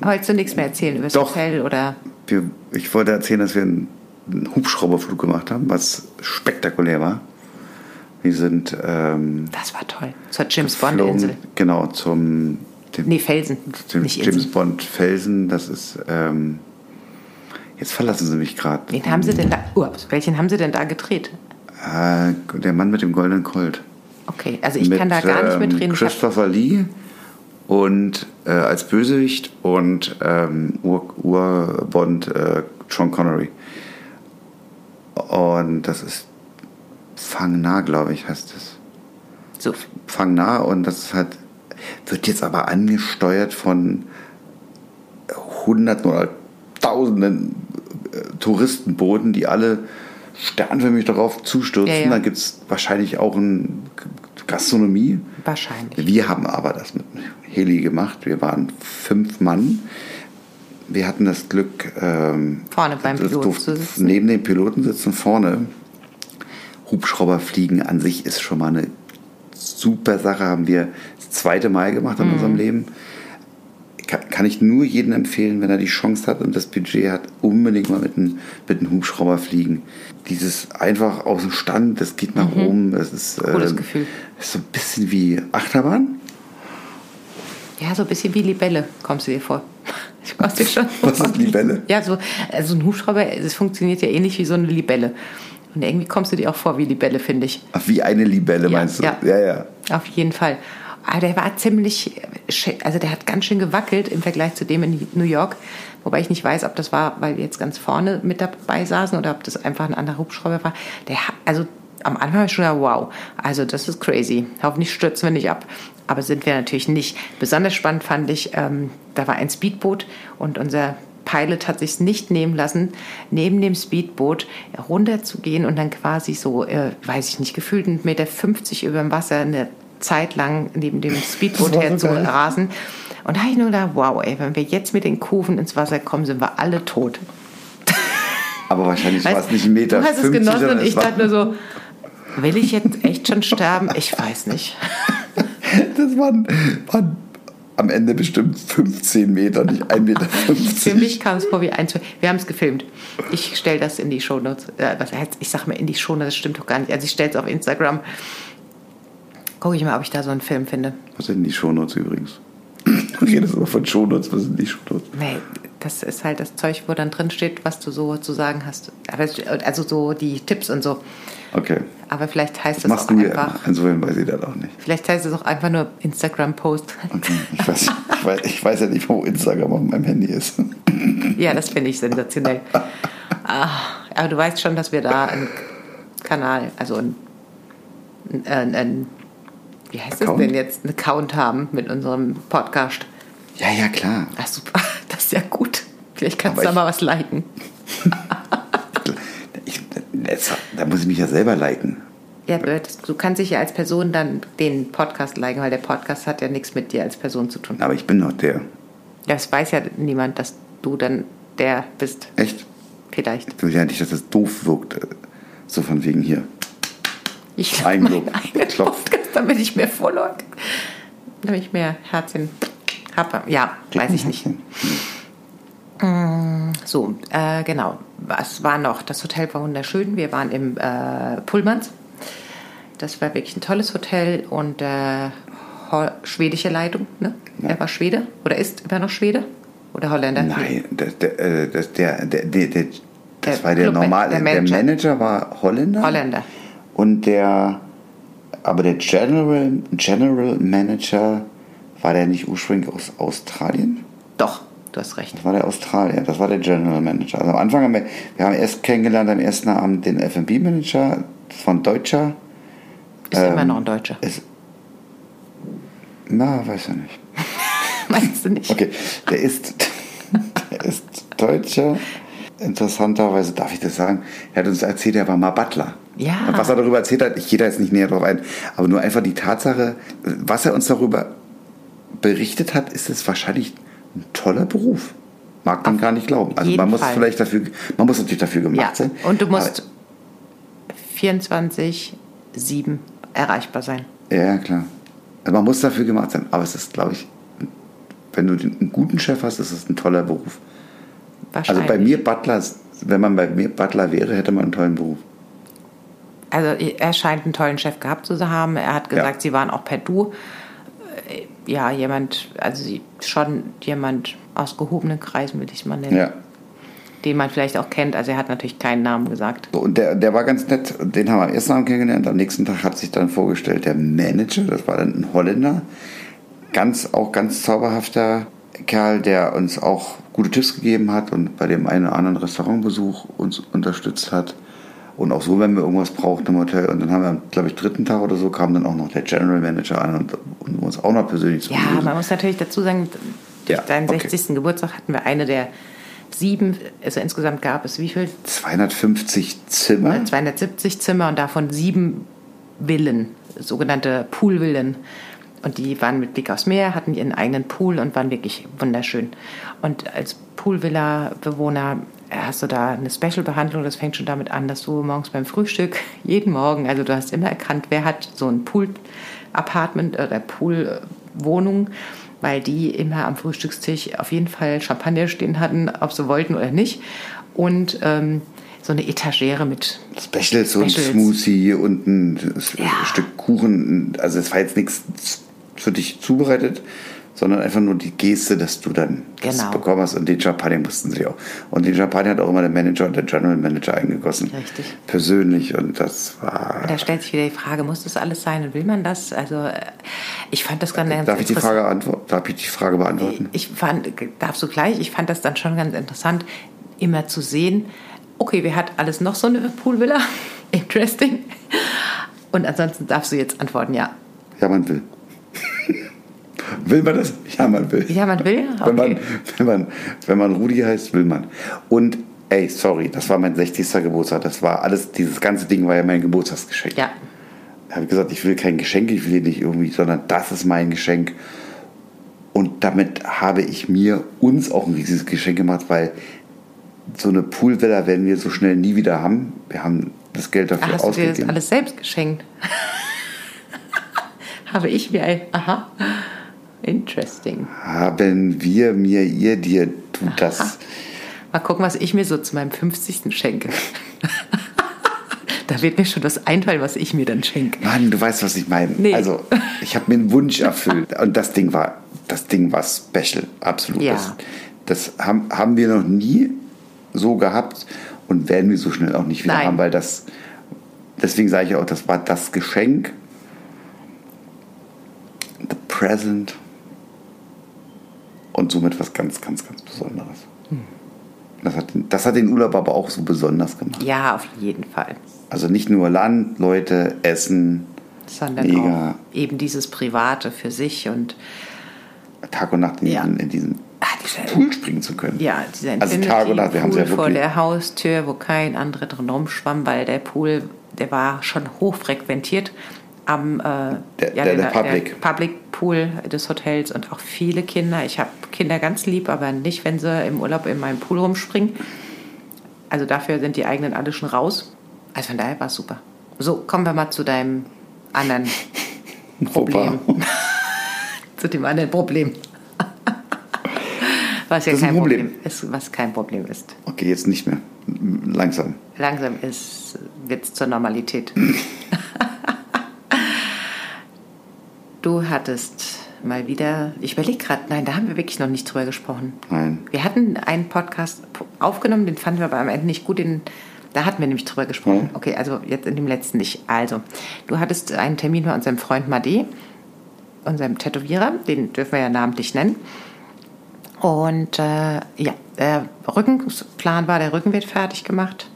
S2: Wolltest du nichts mehr erzählen über das
S1: Doch.
S2: Hotel oder
S1: Wir, ich wollte erzählen, dass wir einen einen Hubschrauberflug gemacht haben, was spektakulär war. Wir sind ähm,
S2: das war toll. Zur James Bond
S1: geflogen-
S2: Insel.
S1: Genau, zum dem,
S2: Nee, Felsen.
S1: zum
S2: nicht
S1: James
S2: Insel.
S1: Bond Felsen. Das ist. Ähm, jetzt verlassen Sie mich gerade.
S2: Wen
S1: Ah,
S2: haben sie denn da? Ups, welchen haben sie denn da gedreht?
S1: Äh, der Mann mit ähm, dem goldenen Colt.
S2: Okay, also ich kann da gar nicht mitreden. Ich hab-
S1: Christopher Lee und äh, als Bösewicht und ähm, Ur- Urbond äh, Sean Connery. Und das ist Fang nah, glaube ich, heißt es.
S2: So,
S1: Fang nah und das ist halt, wird jetzt aber angesteuert von Hunderten oder Tausenden äh, Touristenbooten, die alle sternförmig darauf zustürzen.
S2: Ja, ja.
S1: Dann gibt es wahrscheinlich auch eine Gastronomie.
S2: wahrscheinlich.
S1: Wir haben aber das mit Heli gemacht. Wir waren fünf Mann. Wir hatten das Glück, ähm,
S2: Vorne beim
S1: das
S2: Piloten
S1: durften-
S2: zu sitzen.
S1: neben dem Piloten sitzen vorne. Hubschrauber fliegen an sich ist schon mal eine super Sache. Haben wir das zweite Mal gemacht
S2: Mhm.
S1: in unserem Leben. Kann, kann ich nur jedem empfehlen, wenn er die Chance hat und das Budget hat, unbedingt mal mit einem, mit einem Hubschrauber fliegen. Dieses einfach aus dem Stand, das geht nach oben. Das ist, ähm,
S2: Cooles Mhm. Gefühl.
S1: ist so ein bisschen wie Achterbahn.
S2: Ja, so ein bisschen wie Libelle, kommst du dir vor. Ich kommst dir schon
S1: Was ist Libelle?
S2: Ja, so also ein Hubschrauber, es funktioniert ja ähnlich wie so eine Libelle. Und irgendwie kommst du dir auch vor wie Libelle, finde ich.
S1: Ach, wie eine Libelle
S2: Ja,
S1: meinst du?
S2: ja.
S1: ja. ja.
S2: Auf jeden Fall. Aber der war ziemlich, sch- also der hat ganz schön gewackelt im Vergleich zu dem in New York. Wobei ich nicht weiß, ob das war, weil wir jetzt ganz vorne mit dabei saßen oder ob das einfach ein anderer Hubschrauber war. Der, ha- also am Anfang habe ich schon gedacht, wow, also das ist crazy. Hoffentlich stürzen wir nicht ab. Aber sind wir natürlich nicht. Besonders spannend fand ich, ähm, da war ein Speedboot und unser Pilot hat sich nicht nehmen lassen, neben dem Speedboot runterzugehen und dann quasi so, äh, weiß ich nicht, gefühlt 1,50 Meter über dem Wasser eine Zeit lang neben dem
S1: Das
S2: Speedboot
S1: war so
S2: her zu
S1: geil.
S2: rasen. Und da habe ich nur gedacht, wow, ey, wenn wir jetzt mit den Kufen ins Wasser kommen, sind wir alle tot.
S1: Aber wahrscheinlich war es
S2: Weißt-
S1: nicht ein Meter.
S2: Du hast es
S1: 50,
S2: genossen
S1: sondern
S2: und ich
S1: war-
S2: dachte nur so, will ich jetzt echt schon sterben? Ich weiß nicht.
S1: Das waren, waren am Ende bestimmt 15 Meter, nicht 1,50 Meter.
S2: Für mich kam es vor wie ein, zwei. Wir haben es gefilmt. Ich stelle das in die Shownotes. Äh, was heißt, ich sage mal in die Shownotes, das stimmt doch gar nicht. Also ich stelle es auf Instagram. Gucke ich mal, ob ich da so einen Film finde.
S1: Was sind die Shownotes übrigens? Du redest immer von Shownotes, was sind die Shownotes?
S2: Nee, das ist halt das Zeug, wo dann drin steht, was du so zu sagen hast. Aber es- Also so die Tipps und so.
S1: Okay,
S2: Aber vielleicht heißt es auch
S1: machst du ja
S2: einfach.
S1: immer. Insofern weiß ich das auch nicht.
S2: Vielleicht heißt es auch einfach nur Instagram-Post.
S1: Okay. Ich, weiß, ich, weiß, ich weiß ja nicht, wo Instagram auf meinem Handy ist.
S2: Ja, das finde ich sensationell. Ah, aber du weißt schon, dass wir da einen Kanal, also ein, ein, ein wie heißt
S1: Account?
S2: das denn jetzt, einen Account haben mit unserem Podcast.
S1: Ja, ja, klar.
S2: Ach super, das ist ja gut. Vielleicht kannst
S1: Aber
S2: du da
S1: ich-
S2: mal was liken.
S1: Ich, jetzt, da muss ich mich ja selber liken.
S2: Ja, Bert, du kannst dich ja als Person dann den Podcast liken, weil der Podcast hat ja nichts mit dir als Person zu tun.
S1: Aber ich bin noch der.
S2: Das weiß ja niemand, dass du dann der bist.
S1: Echt?
S2: Vielleicht.
S1: Ich will ja nicht, dass das doof wirkt. So von wegen hier.
S2: Ich
S1: Ein
S2: glaube,
S1: Lob.
S2: mein eigener
S1: Klopf.
S2: Podcast, damit ich mehr Follower, damit ich mehr Herzchen habe. Ja, weiß ich
S1: Hm,
S2: nicht.
S1: ne?
S2: So, äh, genau. Was war noch? Das Hotel war wunderschön. Wir waren im äh, Pullmans. Das war wirklich ein tolles Hotel und äh, ho- schwedische Leitung. Ne? Er war Schwede oder ist immer noch Schwede oder Holländer?
S1: Nein, der, der, äh, das, der, der, der, der, das
S2: Der
S1: war der
S2: Clubman-
S1: normale. Der
S2: der
S1: Manager.
S2: Manager.
S1: war Holländer.
S2: Holländer.
S1: Und der, aber der General, General Manager war der nicht ursprünglich aus Australien?
S2: Doch, du hast recht.
S1: Das war der Australier, das war der General Manager. Also am Anfang haben wir, wir haben erst kennengelernt am ersten Abend den F&B Manager von Deutscher.
S2: Ist
S1: Ähm,
S2: immer noch ein Deutscher.
S1: Ist, na, weiß ja nicht.
S2: Meinst du nicht?
S1: Okay, der ist, der ist Deutscher. Interessanterweise darf ich das sagen. Er hat uns erzählt, er war mal Butler.
S2: Ja.
S1: Und was er darüber erzählt hat, ich gehe da jetzt nicht näher drauf ein, aber nur einfach die Tatsache, was er uns darüber berichtet hat, ist es wahrscheinlich ein toller Beruf. Mag man gar nicht glauben. Also
S2: jeden
S1: man muss
S2: Fall.
S1: vielleicht dafür, man muss natürlich dafür gemacht
S2: Ja,
S1: sein.
S2: und du musst 24-7 erreichbar sein.
S1: Aber, ja, klar. Also man muss dafür gemacht sein. Aber es ist, glaube ich, wenn du den- einen guten Chef hast, ist es ein toller Beruf. Also
S2: Wahrscheinlich.
S1: bei mir Butler, wenn man bei mir Butler wäre, hätte man einen tollen Beruf.
S2: Also er scheint einen tollen Chef gehabt zu haben. Er hat gesagt,
S1: Ja.
S2: sie waren auch per Du. Äh, Ja, jemand, also sie, schon jemand aus gehobenen Kreisen, will ich es mal nennen, den man vielleicht auch kennt. Also er hat natürlich keinen Namen gesagt.
S1: Und der, der war ganz nett. Den haben wir am ersten Abend kennengelernt. Am nächsten Tag hat sich dann vorgestellt der Manager, das war dann ein Holländer. Ganz, auch ganz zauberhafter Kerl, der uns auch gute Tipps gegeben hat und bei dem einen oder anderen Restaurantbesuch uns unterstützt hat. Und auch so, wenn wir irgendwas brauchten im Hotel. Und dann haben wir, glaube ich, dritten Tag oder so, kam dann auch noch der General Manager an und, und uns auch noch persönlich zu
S2: Ja,
S1: begrüßen.
S2: man muss natürlich dazu sagen, durch
S1: Mhm. Ja,
S2: deinen
S1: okay.
S2: 60. Geburtstag hatten wir eine der sieben, also insgesamt gab es wie viel?
S1: 250 Zimmer.
S2: 270 Zimmer und davon sieben Villen, sogenannte Poolvillen. Und die waren mit Blick aufs Meer, hatten ihren eigenen Pool und waren wirklich wunderschön. Und als Poolvilla-Bewohner äh, hast du da eine Special-Behandlung. Das fängt schon damit an, dass du morgens beim Frühstück jeden Morgen, also du hast immer erkannt, wer hat so ein Pool-Apartment oder Pool-Wohnung, weil die immer am Frühstückstisch auf jeden Fall Champagner stehen hatten, ob sie wollten oder nicht. Und ähm, so eine Etagere mit
S1: Specials und
S2: Specials.
S1: Smoothie und ein S-
S2: Ja.
S1: Stück Kuchen. Also es war jetzt nichts für dich zubereitet, sondern einfach nur die Geste, dass du dann
S2: Genau.
S1: das bekommen hast. Und den Champagner mussten sie auch. Und den Champagner hat auch immer der Manager und der General Manager eingegossen.
S2: Richtig.
S1: Persönlich. Und das war...
S2: Da stellt sich wieder die Frage, muss das alles sein und will man das? Also äh, ich fand das ganz
S1: Darf ich, die
S2: interessant.
S1: Frage antworten? Darf ich die Frage beantworten?
S2: Ich fand, darfst du gleich, ich fand das dann schon ganz interessant, immer zu sehen, okay, wer hat alles noch so eine Poolvilla? Interesting. Und ansonsten darfst du jetzt antworten, ja.
S1: Ja, man will. will man das? Ja, man will.
S2: Ja, man will?
S1: Wenn, man,
S2: Okay.
S1: wenn, man, wenn man Rudi heißt, will man. Und ey, sorry, das war mein 60. Geburtstag. Das war alles, dieses ganze Ding war ja mein Geburtstagsgeschenk.
S2: Ja,
S1: Da habe ich gesagt, ich will kein Geschenk, ich will hier nicht irgendwie, sondern das ist mein Geschenk. Und damit habe ich mir uns auch ein riesiges Geschenk gemacht, weil so eine Poolvilla werden wir so schnell nie wieder haben. Wir haben das Geld
S2: Ach,
S1: dafür
S2: hast du dir das
S1: ausgegeben.
S2: alles selbst geschenkt? Habe ich mir ein, aha, interesting.
S1: haben wir, mir, ihr, dir, du, das.
S2: Mal gucken, was ich mir so zu meinem 50. schenke. da wird mir schon was einfallen, was ich mir dann schenke.
S1: Mann, du weißt, was ich meine.
S2: Nee.
S1: Also, ich habe mir einen Wunsch erfüllt. Und das Ding war, das Ding war special, absolut.
S2: Ja.
S1: Das, das haben, haben wir noch nie so gehabt und werden wir so schnell auch nicht wieder
S2: Nein.
S1: haben, weil das, deswegen sage ich auch, das war das Geschenk. The present. Und somit was ganz, ganz, ganz Besonderes.
S2: Hm.
S1: Das, hat, das hat den Urlaub aber auch so besonders gemacht.
S2: Ja, auf jeden Fall.
S1: Also nicht nur Land, Leute, Essen,
S2: Sondern
S1: Mega.
S2: auch eben dieses Private für sich und
S1: Tag und Nacht in,
S2: Ja.
S1: diesen, in diesen
S2: ah, dieser,
S1: Pool springen zu können.
S2: ja, dieser
S1: Also Tag und Nacht, wir haben sie
S2: Infinity-Pool
S1: ja
S2: vor
S1: wirklich-
S2: der Haustür, wo kein anderer drin rumschwamm, weil der Pool, der war schon hochfrequentiert am äh,
S1: der- der Public.
S2: Public Pool des Hotels und auch viele Kinder. Ich habe Kinder ganz lieb, aber nicht, wenn sie im Urlaub in meinem Pool rumspringen. Also dafür sind die eigenen alle schon raus. Also von daher war es super. So, kommen wir mal zu deinem anderen Problem.
S1: Opa.
S2: zu dem anderen Problem. was ja
S1: Das ist ein
S2: kein Problem.
S1: Problem.
S2: ist, was kein Problem ist.
S1: Okay, jetzt nicht mehr. Langsam.
S2: Langsam ist wird's zur Normalität. du hattest mal wieder, ich überlege gerade, nein, da haben wir wirklich noch nicht drüber gesprochen.
S1: Nein.
S2: Wir hatten einen Podcast aufgenommen, den fanden wir aber am Ende nicht gut. Den, da hatten wir nämlich drüber gesprochen.
S1: Mhm.
S2: Okay, also jetzt in dem letzten nicht. Also, du hattest einen Termin bei unserem Freund Made, unserem Tätowierer, den dürfen wir ja namentlich nennen. Und äh, ja, der Rückenplan war, der Rücken wird fertig gemacht.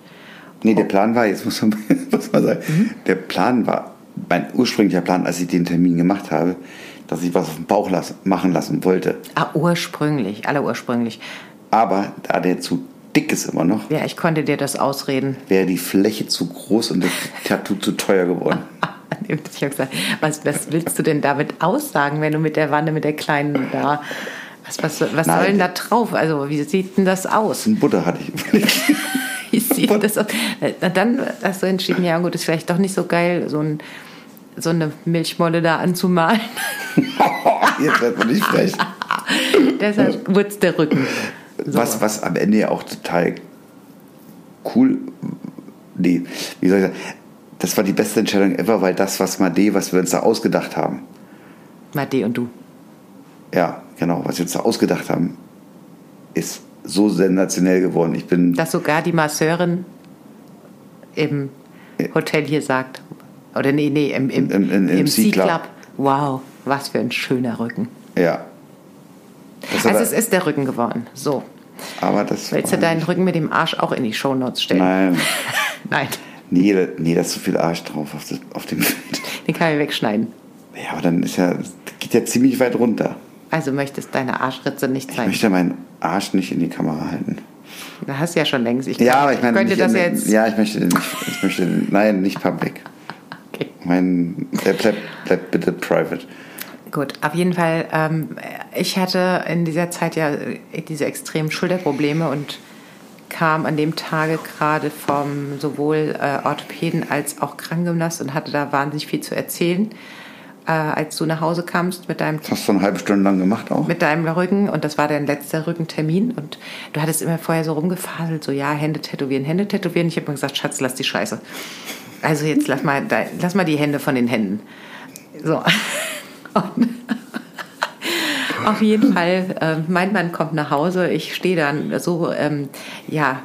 S1: Nee,
S2: Oh.
S1: der Plan war, jetzt muss man, muss man sagen,
S2: Mhm.
S1: der Plan war, mein ursprünglicher Plan, als ich den Termin gemacht habe, dass ich was auf dem Bauch las machen lassen wollte.
S2: Ah, ursprünglich, alle ursprünglich.
S1: Aber da der zu dick ist immer noch,
S2: Ja, ich konnte dir das ausreden.
S1: wäre die Fläche zu groß und das Tattoo zu teuer geworden.
S2: Ich habe gesagt, was, was willst du denn damit aussagen, wenn du mit der Wanne, mit der Kleinen da. Was, was, was
S1: Nein.
S2: soll denn da drauf? Also, wie sieht denn das aus?
S1: Ein Butter hatte ich.
S2: Wie sieht das aus? Na, Dann hast du entschieden, ja, gut, ist vielleicht doch nicht so geil, so, ein, so eine Milchmolle da anzumalen.
S1: jetzt wird man nicht frech.
S2: Deshalb wurde es der Rücken.
S1: Was, was am Ende ja auch total cool. Nee, wie soll ich sagen? Das war die beste Entscheidung ever, weil das, was Made, was wir uns da ausgedacht haben,
S2: Made und du.
S1: ja, genau, was wir uns da ausgedacht haben, ist so sensationell geworden. Ich bin
S2: dass sogar die Masseurin im Hotel hier sagt, oder nee, nee, im, im,
S1: Im- im- im C-Club.
S2: C-Club. Wow, was für ein schöner Rücken.
S1: ja. Das
S2: Also
S1: hat-
S2: es ist der Rücken geworden. So,
S1: aber das
S2: willst du
S1: war-
S2: deinen Rücken mit dem Arsch auch in die Shownotes stellen?
S1: Nein,
S2: Nein,
S1: nee, da- nee, da ist so viel Arsch drauf auf, das, auf dem Bild.
S2: den kann ich wegschneiden.
S1: Ja, aber dann ist ja, das geht ja ziemlich weit runter.
S2: Also möchtest deine Arschritze nicht
S1: Ich
S2: zeigen.
S1: möchte meinen Arsch nicht in die Kamera halten.
S2: Da hast du ja schon längst. Ich
S1: Ja,
S2: kann-
S1: aber ich meine,
S2: könnte
S1: nicht
S2: das
S1: in,
S2: jetzt.
S1: ja, ich möchte, den nicht, ich möchte, den- nein, nicht public.
S2: Okay.
S1: Mein, der bleibt, bleibt bitte private.
S2: Gut, auf jeden Fall, ähm, ich hatte in dieser Zeit ja äh, diese extremen Schulterprobleme und kam an dem Tage gerade vom sowohl äh, Orthopäden als auch Krankengymnast und hatte da wahnsinnig viel zu erzählen, äh, als du nach Hause kamst mit deinem
S1: Das hast du eine halbe Stunde lang gemacht auch?
S2: mit deinem Rücken und das war dein letzter Rückentermin und du hattest immer vorher so rumgefaselt, so ja, Hände tätowieren, Hände tätowieren. Ich habe mir gesagt, Schatz, lass die Scheiße. Also jetzt lass mal, dein- lass mal die Hände von den Händen. So. Und auf jeden Fall, äh, mein Mann kommt nach Hause, ich stehe dann so, ähm, ja,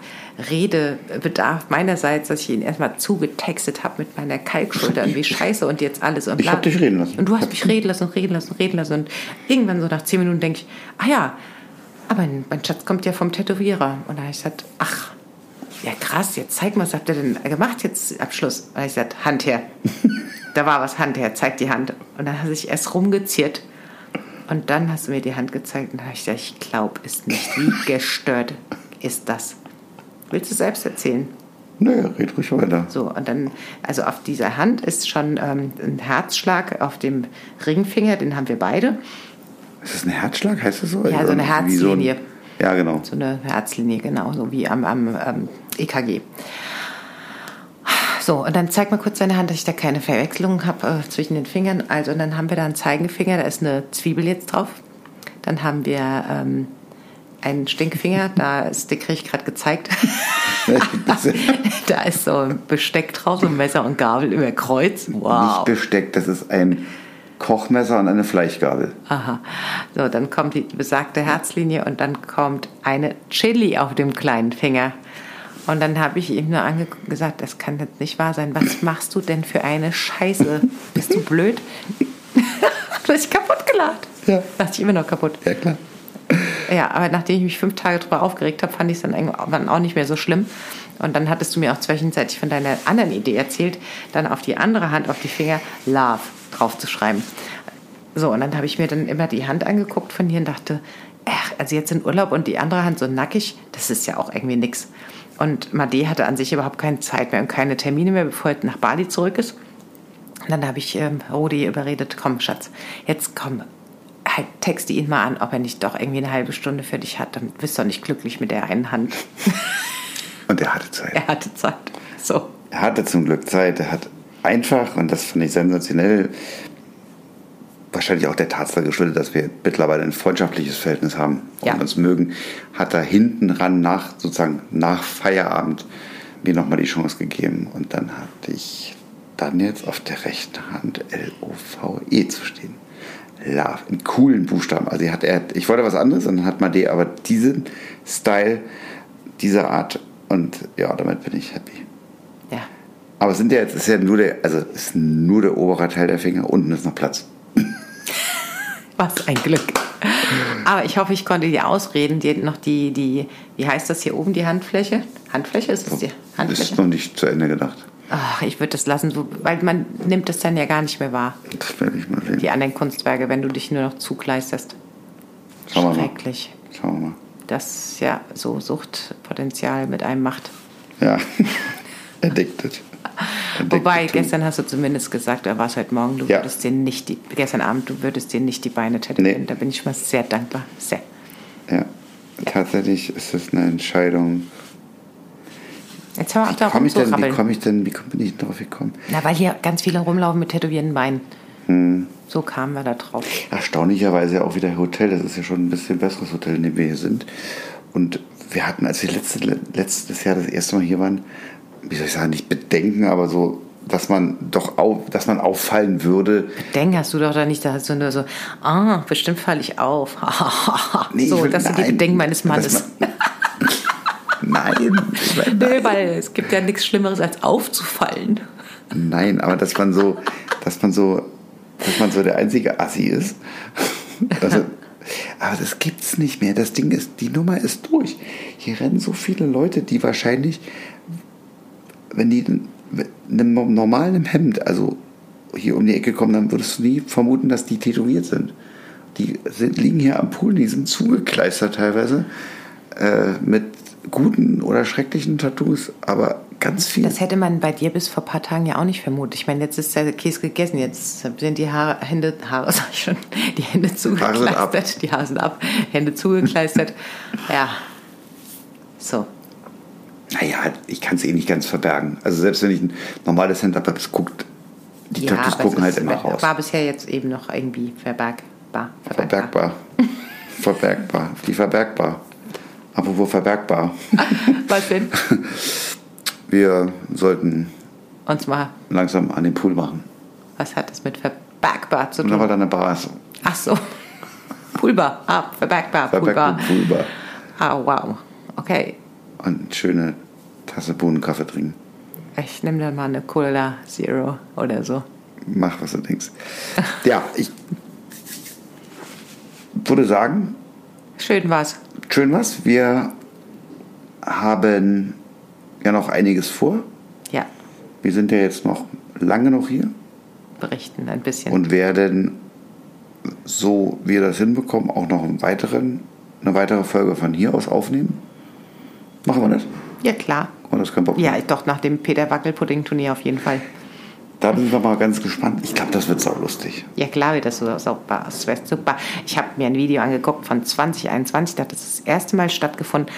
S2: Redebedarf meinerseits, dass ich ihn erstmal zugetextet habe mit meiner Kalkschulter und wie scheiße und jetzt alles und
S1: Ich hab
S2: bla.
S1: dich reden lassen.
S2: Und du hast mich reden lassen, reden lassen, reden lassen. Und irgendwann so nach zehn Minuten denke ich, ah ja, aber mein, mein Schatz kommt ja vom Tätowierer. Und da habe ich gesagt, ach, ja krass, jetzt zeig mal, was habt ihr denn gemacht jetzt am Schluss? Und da habe ich gesagt, Hand her. da war was, Hand her, zeig die Hand. Und dann hat sich erst rumgeziert. Und dann hast du mir die Hand gezeigt und da habe ich gesagt, ich glaube es nicht. Wie gestört ist das? Willst du es selbst erzählen?
S1: Nö, red ruhig weiter.
S2: So, und dann, also auf dieser Hand ist schon ähm, ein Herzschlag auf dem Ringfinger, den haben wir beide.
S1: Ist das ein Herzschlag? Heißt das so?
S2: Ja, so eine
S1: Wie so ein-
S2: Herzlinie.
S1: ja, genau.
S2: So eine Herzlinie, genau, so wie am, am ähm, EKG. So, und dann zeig mal kurz deine Hand, dass ich da keine Verwechslung habe äh, zwischen den Fingern. Also, und dann haben wir da einen Zeigefinger, da ist eine Zwiebel jetzt drauf. Dann haben wir ähm, einen Stinkfinger, da ist, den kriege ich gerade gezeigt.
S1: Das ist
S2: da ist so ein Besteck drauf, so ein Messer und Gabel über Kreuz.
S1: Nicht
S2: Wow.
S1: Besteck, das ist ein Kochmesser und eine Fleischgabel.
S2: Aha. So, dann kommt die besagte Herzlinie und dann kommt eine Chili auf dem kleinen Finger. Und dann habe ich ihm nur angeguckt und gesagt, das kann jetzt nicht wahr sein. Was machst du denn für eine Scheiße? Bist du blöd? Hat ich kaputt gelacht.
S1: Ja.
S2: Lass ich immer noch kaputt.
S1: Ja, klar.
S2: Ja, aber nachdem ich mich fünf Tage drüber aufgeregt habe, fand ich es dann irgendwann auch nicht mehr so schlimm. Und dann hattest du mir auch zwischenzeitlich von deiner anderen Idee erzählt, dann auf die andere Hand, auf die Finger, Love draufzuschreiben. So, und dann habe ich mir dann immer die Hand angeguckt von dir und dachte, ach, also jetzt in Urlaub und die andere Hand so nackig, das ist ja auch irgendwie nix. Und Made hatte an sich überhaupt keine Zeit mehr und keine Termine mehr, bevor er nach Bali zurück ist. Und dann habe ich ähm, Rodi überredet, komm Schatz, jetzt komm, halt, texte ihn mal an, ob er nicht doch irgendwie eine halbe Stunde für dich hat. Dann bist du doch nicht glücklich mit der einen Hand.
S1: Und er hatte Zeit.
S2: Er hatte Zeit. So.
S1: Er hatte zum Glück Zeit. Er hat einfach, und das fand ich sensationell, wahrscheinlich auch der Tatsache geschuldet, dass wir mittlerweile ein freundschaftliches Verhältnis haben und
S2: Ja.
S1: uns mögen, hat er hinten ran nach, sozusagen nach Feierabend mir nochmal die Chance gegeben. Und dann hatte ich dann jetzt auf der rechten Hand L-O-V-E E zu stehen. Love, in coolen Buchstaben. Also er hat, er, ich wollte was anderes und dann hat man die, aber diesen Style, diese Art und ja, damit bin ich happy.
S2: Ja.
S1: Aber es sind ja jetzt ist ja nur der, also es ist nur der obere Teil der Finger. Unten ist noch Platz.
S2: Was ein Glück. Aber ich hoffe, ich konnte dir ausreden, dir noch die, die, wie heißt das hier oben, die Handfläche? Handfläche ist es die
S1: Ist
S2: Handfläche?
S1: noch nicht zu Ende gedacht.
S2: Ach, ich würde das lassen, so, weil man nimmt das dann ja gar nicht mehr wahr,
S1: Das werde ich mal sehen.
S2: die anderen Kunstwerke, wenn du dich nur noch zugleisterst.
S1: Schauen wir mal.
S2: Schrecklich.
S1: Schauen wir mal.
S2: Das ja so Suchtpotenzial mit einem macht.
S1: Ja. Addicted. Addicted
S2: Wobei,
S1: to-
S2: gestern hast du zumindest gesagt, da war es heute Morgen, du
S1: Ja.
S2: würdest dir nicht die, gestern Abend, du würdest dir nicht die Beine tätowieren.
S1: Nee.
S2: Da bin ich mal sehr dankbar. Sehr.
S1: Ja. Tatsächlich ist es eine Entscheidung.
S2: Jetzt hör mal auf, da
S1: Komm ich denn, wie
S2: rumzurabbeln.
S1: komme ich denn, wie komm- bin ich denn drauf gekommen?
S2: Na, weil hier ganz viele rumlaufen mit tätowierten Beinen.
S1: Hm.
S2: So kamen wir da drauf.
S1: Erstaunlicherweise auch wieder Hotel. Das ist ja schon ein bisschen besseres Hotel, in dem wir hier sind. Und wir hatten, als wir letzte, letztes Jahr das erste Mal hier waren, wie soll ich sagen, nicht Bedenken, aber so, dass man doch auf, dass man auffallen würde.
S2: Bedenken hast du doch da nicht, da hast du nur so, ah, bestimmt falle ich auf.
S1: Nee, ich
S2: so,
S1: will-
S2: das sind die
S1: nein,
S2: Bedenken meines
S1: dass
S2: Mannes.
S1: man- Nein.
S2: Nee, weil es gibt ja nichts Schlimmeres als aufzufallen.
S1: Nein, aber dass man so, dass man so, dass man so der einzige Assi ist. Also, aber das gibt's nicht mehr. Das Ding ist, die Nummer ist durch. Hier rennen so viele Leute, die wahrscheinlich, wenn die mit einem normalen Hemd, also hier um die Ecke kommen, dann würdest du nie vermuten, dass die tätowiert sind. Die sind, liegen hier am Pool, die sind zugekleistert teilweise äh, mit guten oder schrecklichen Tattoos, aber ganz viel.
S2: Das hätte man bei dir bis vor ein paar Tagen ja auch nicht vermutet. Ich meine, jetzt ist der Käse gegessen, jetzt sind die Haare, Hände, Haare sag ich schon, die Hände zugekleistert.
S1: ab.
S2: Die Haare sind ab, Hände zugekleistert. ja. So.
S1: Naja, ich kann es eh nicht ganz verbergen. Also selbst wenn ich ein normales Hemd habe, es guckt, die
S2: ja,
S1: Tattoos
S2: aber
S1: gucken
S2: es
S1: halt
S2: ist-
S1: immer raus.
S2: War bisher jetzt eben noch irgendwie verbergbar.
S1: Verbergbar. verbergbar. Die verbergbar. Apropos verbergbar.
S2: Was denn?
S1: Wir sollten
S2: Uns mal,
S1: langsam an den Pool machen.
S2: was hat das mit verbergbar zu
S1: Und da
S2: tun?
S1: war dann eine Bar. so,
S2: Ach so. Pulver. Ah, verbergbar,
S1: Verbergbar
S2: Pulver.
S1: Poolbar.
S2: Ah, wow. Okay.
S1: Und eine schöne Tasse Bohnenkaffee trinken.
S2: Ich nehme dann mal eine Cola Zero oder so.
S1: Mach, was du denkst. Ja, ich würde sagen,
S2: Schön war's.
S1: schön was. Wir haben ja noch einiges vor.
S2: Ja,
S1: Wir sind ja jetzt noch lange noch hier
S2: berichten ein bisschen.
S1: und werden, so wir das hinbekommen, auch noch einen weiteren, eine weitere Folge von hier aus aufnehmen. Machen wir das?
S2: ja, klar.
S1: Und das können wir
S2: Ja, doch nach dem Peter Wackel-Pudding-Turnier auf jeden Fall.
S1: Da bin ich mal ganz gespannt. Ich glaube, das wird saulustig.
S2: Ja, klar wird das so sauber. Das wäre super. Ich habe mir ein Video angeguckt von 2021. Da hat das das erste Mal stattgefunden.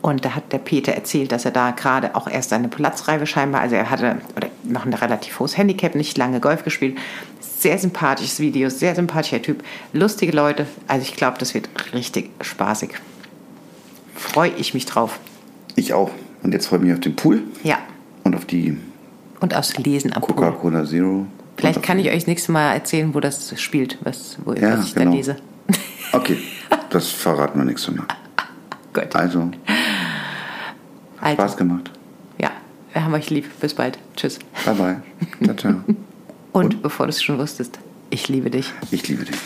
S2: Und da hat der Peter erzählt, dass er da gerade auch erst seine Platzreife scheinbar, also er hatte oder noch ein relativ hohes Handicap, nicht lange Golf gespielt. Sehr sympathisches Video, sehr sympathischer Typ, lustige Leute. Also ich glaube, das wird richtig spaßig. Freue ich mich drauf.
S1: Ich auch. Und jetzt freue ich mich auf den Pool
S2: Ja.
S1: und auf die
S2: Und aufs Lesen am Pool.
S1: Coca-Cola Zero.
S2: Vielleicht kann ich euch nächstes Mal erzählen, wo das spielt, was, wo,
S1: Ja,
S2: was ich
S1: genau.
S2: da lese.
S1: Okay, das verraten wir nichts mehr.
S2: Gut.
S1: Also,
S2: Also,
S1: Spaß gemacht.
S2: Ja, wir haben euch lieb. Bis bald. Tschüss.
S1: Bye bye. Ciao, ciao.
S2: Und, bevor du es schon wusstest, ich liebe dich.
S1: Ich liebe dich.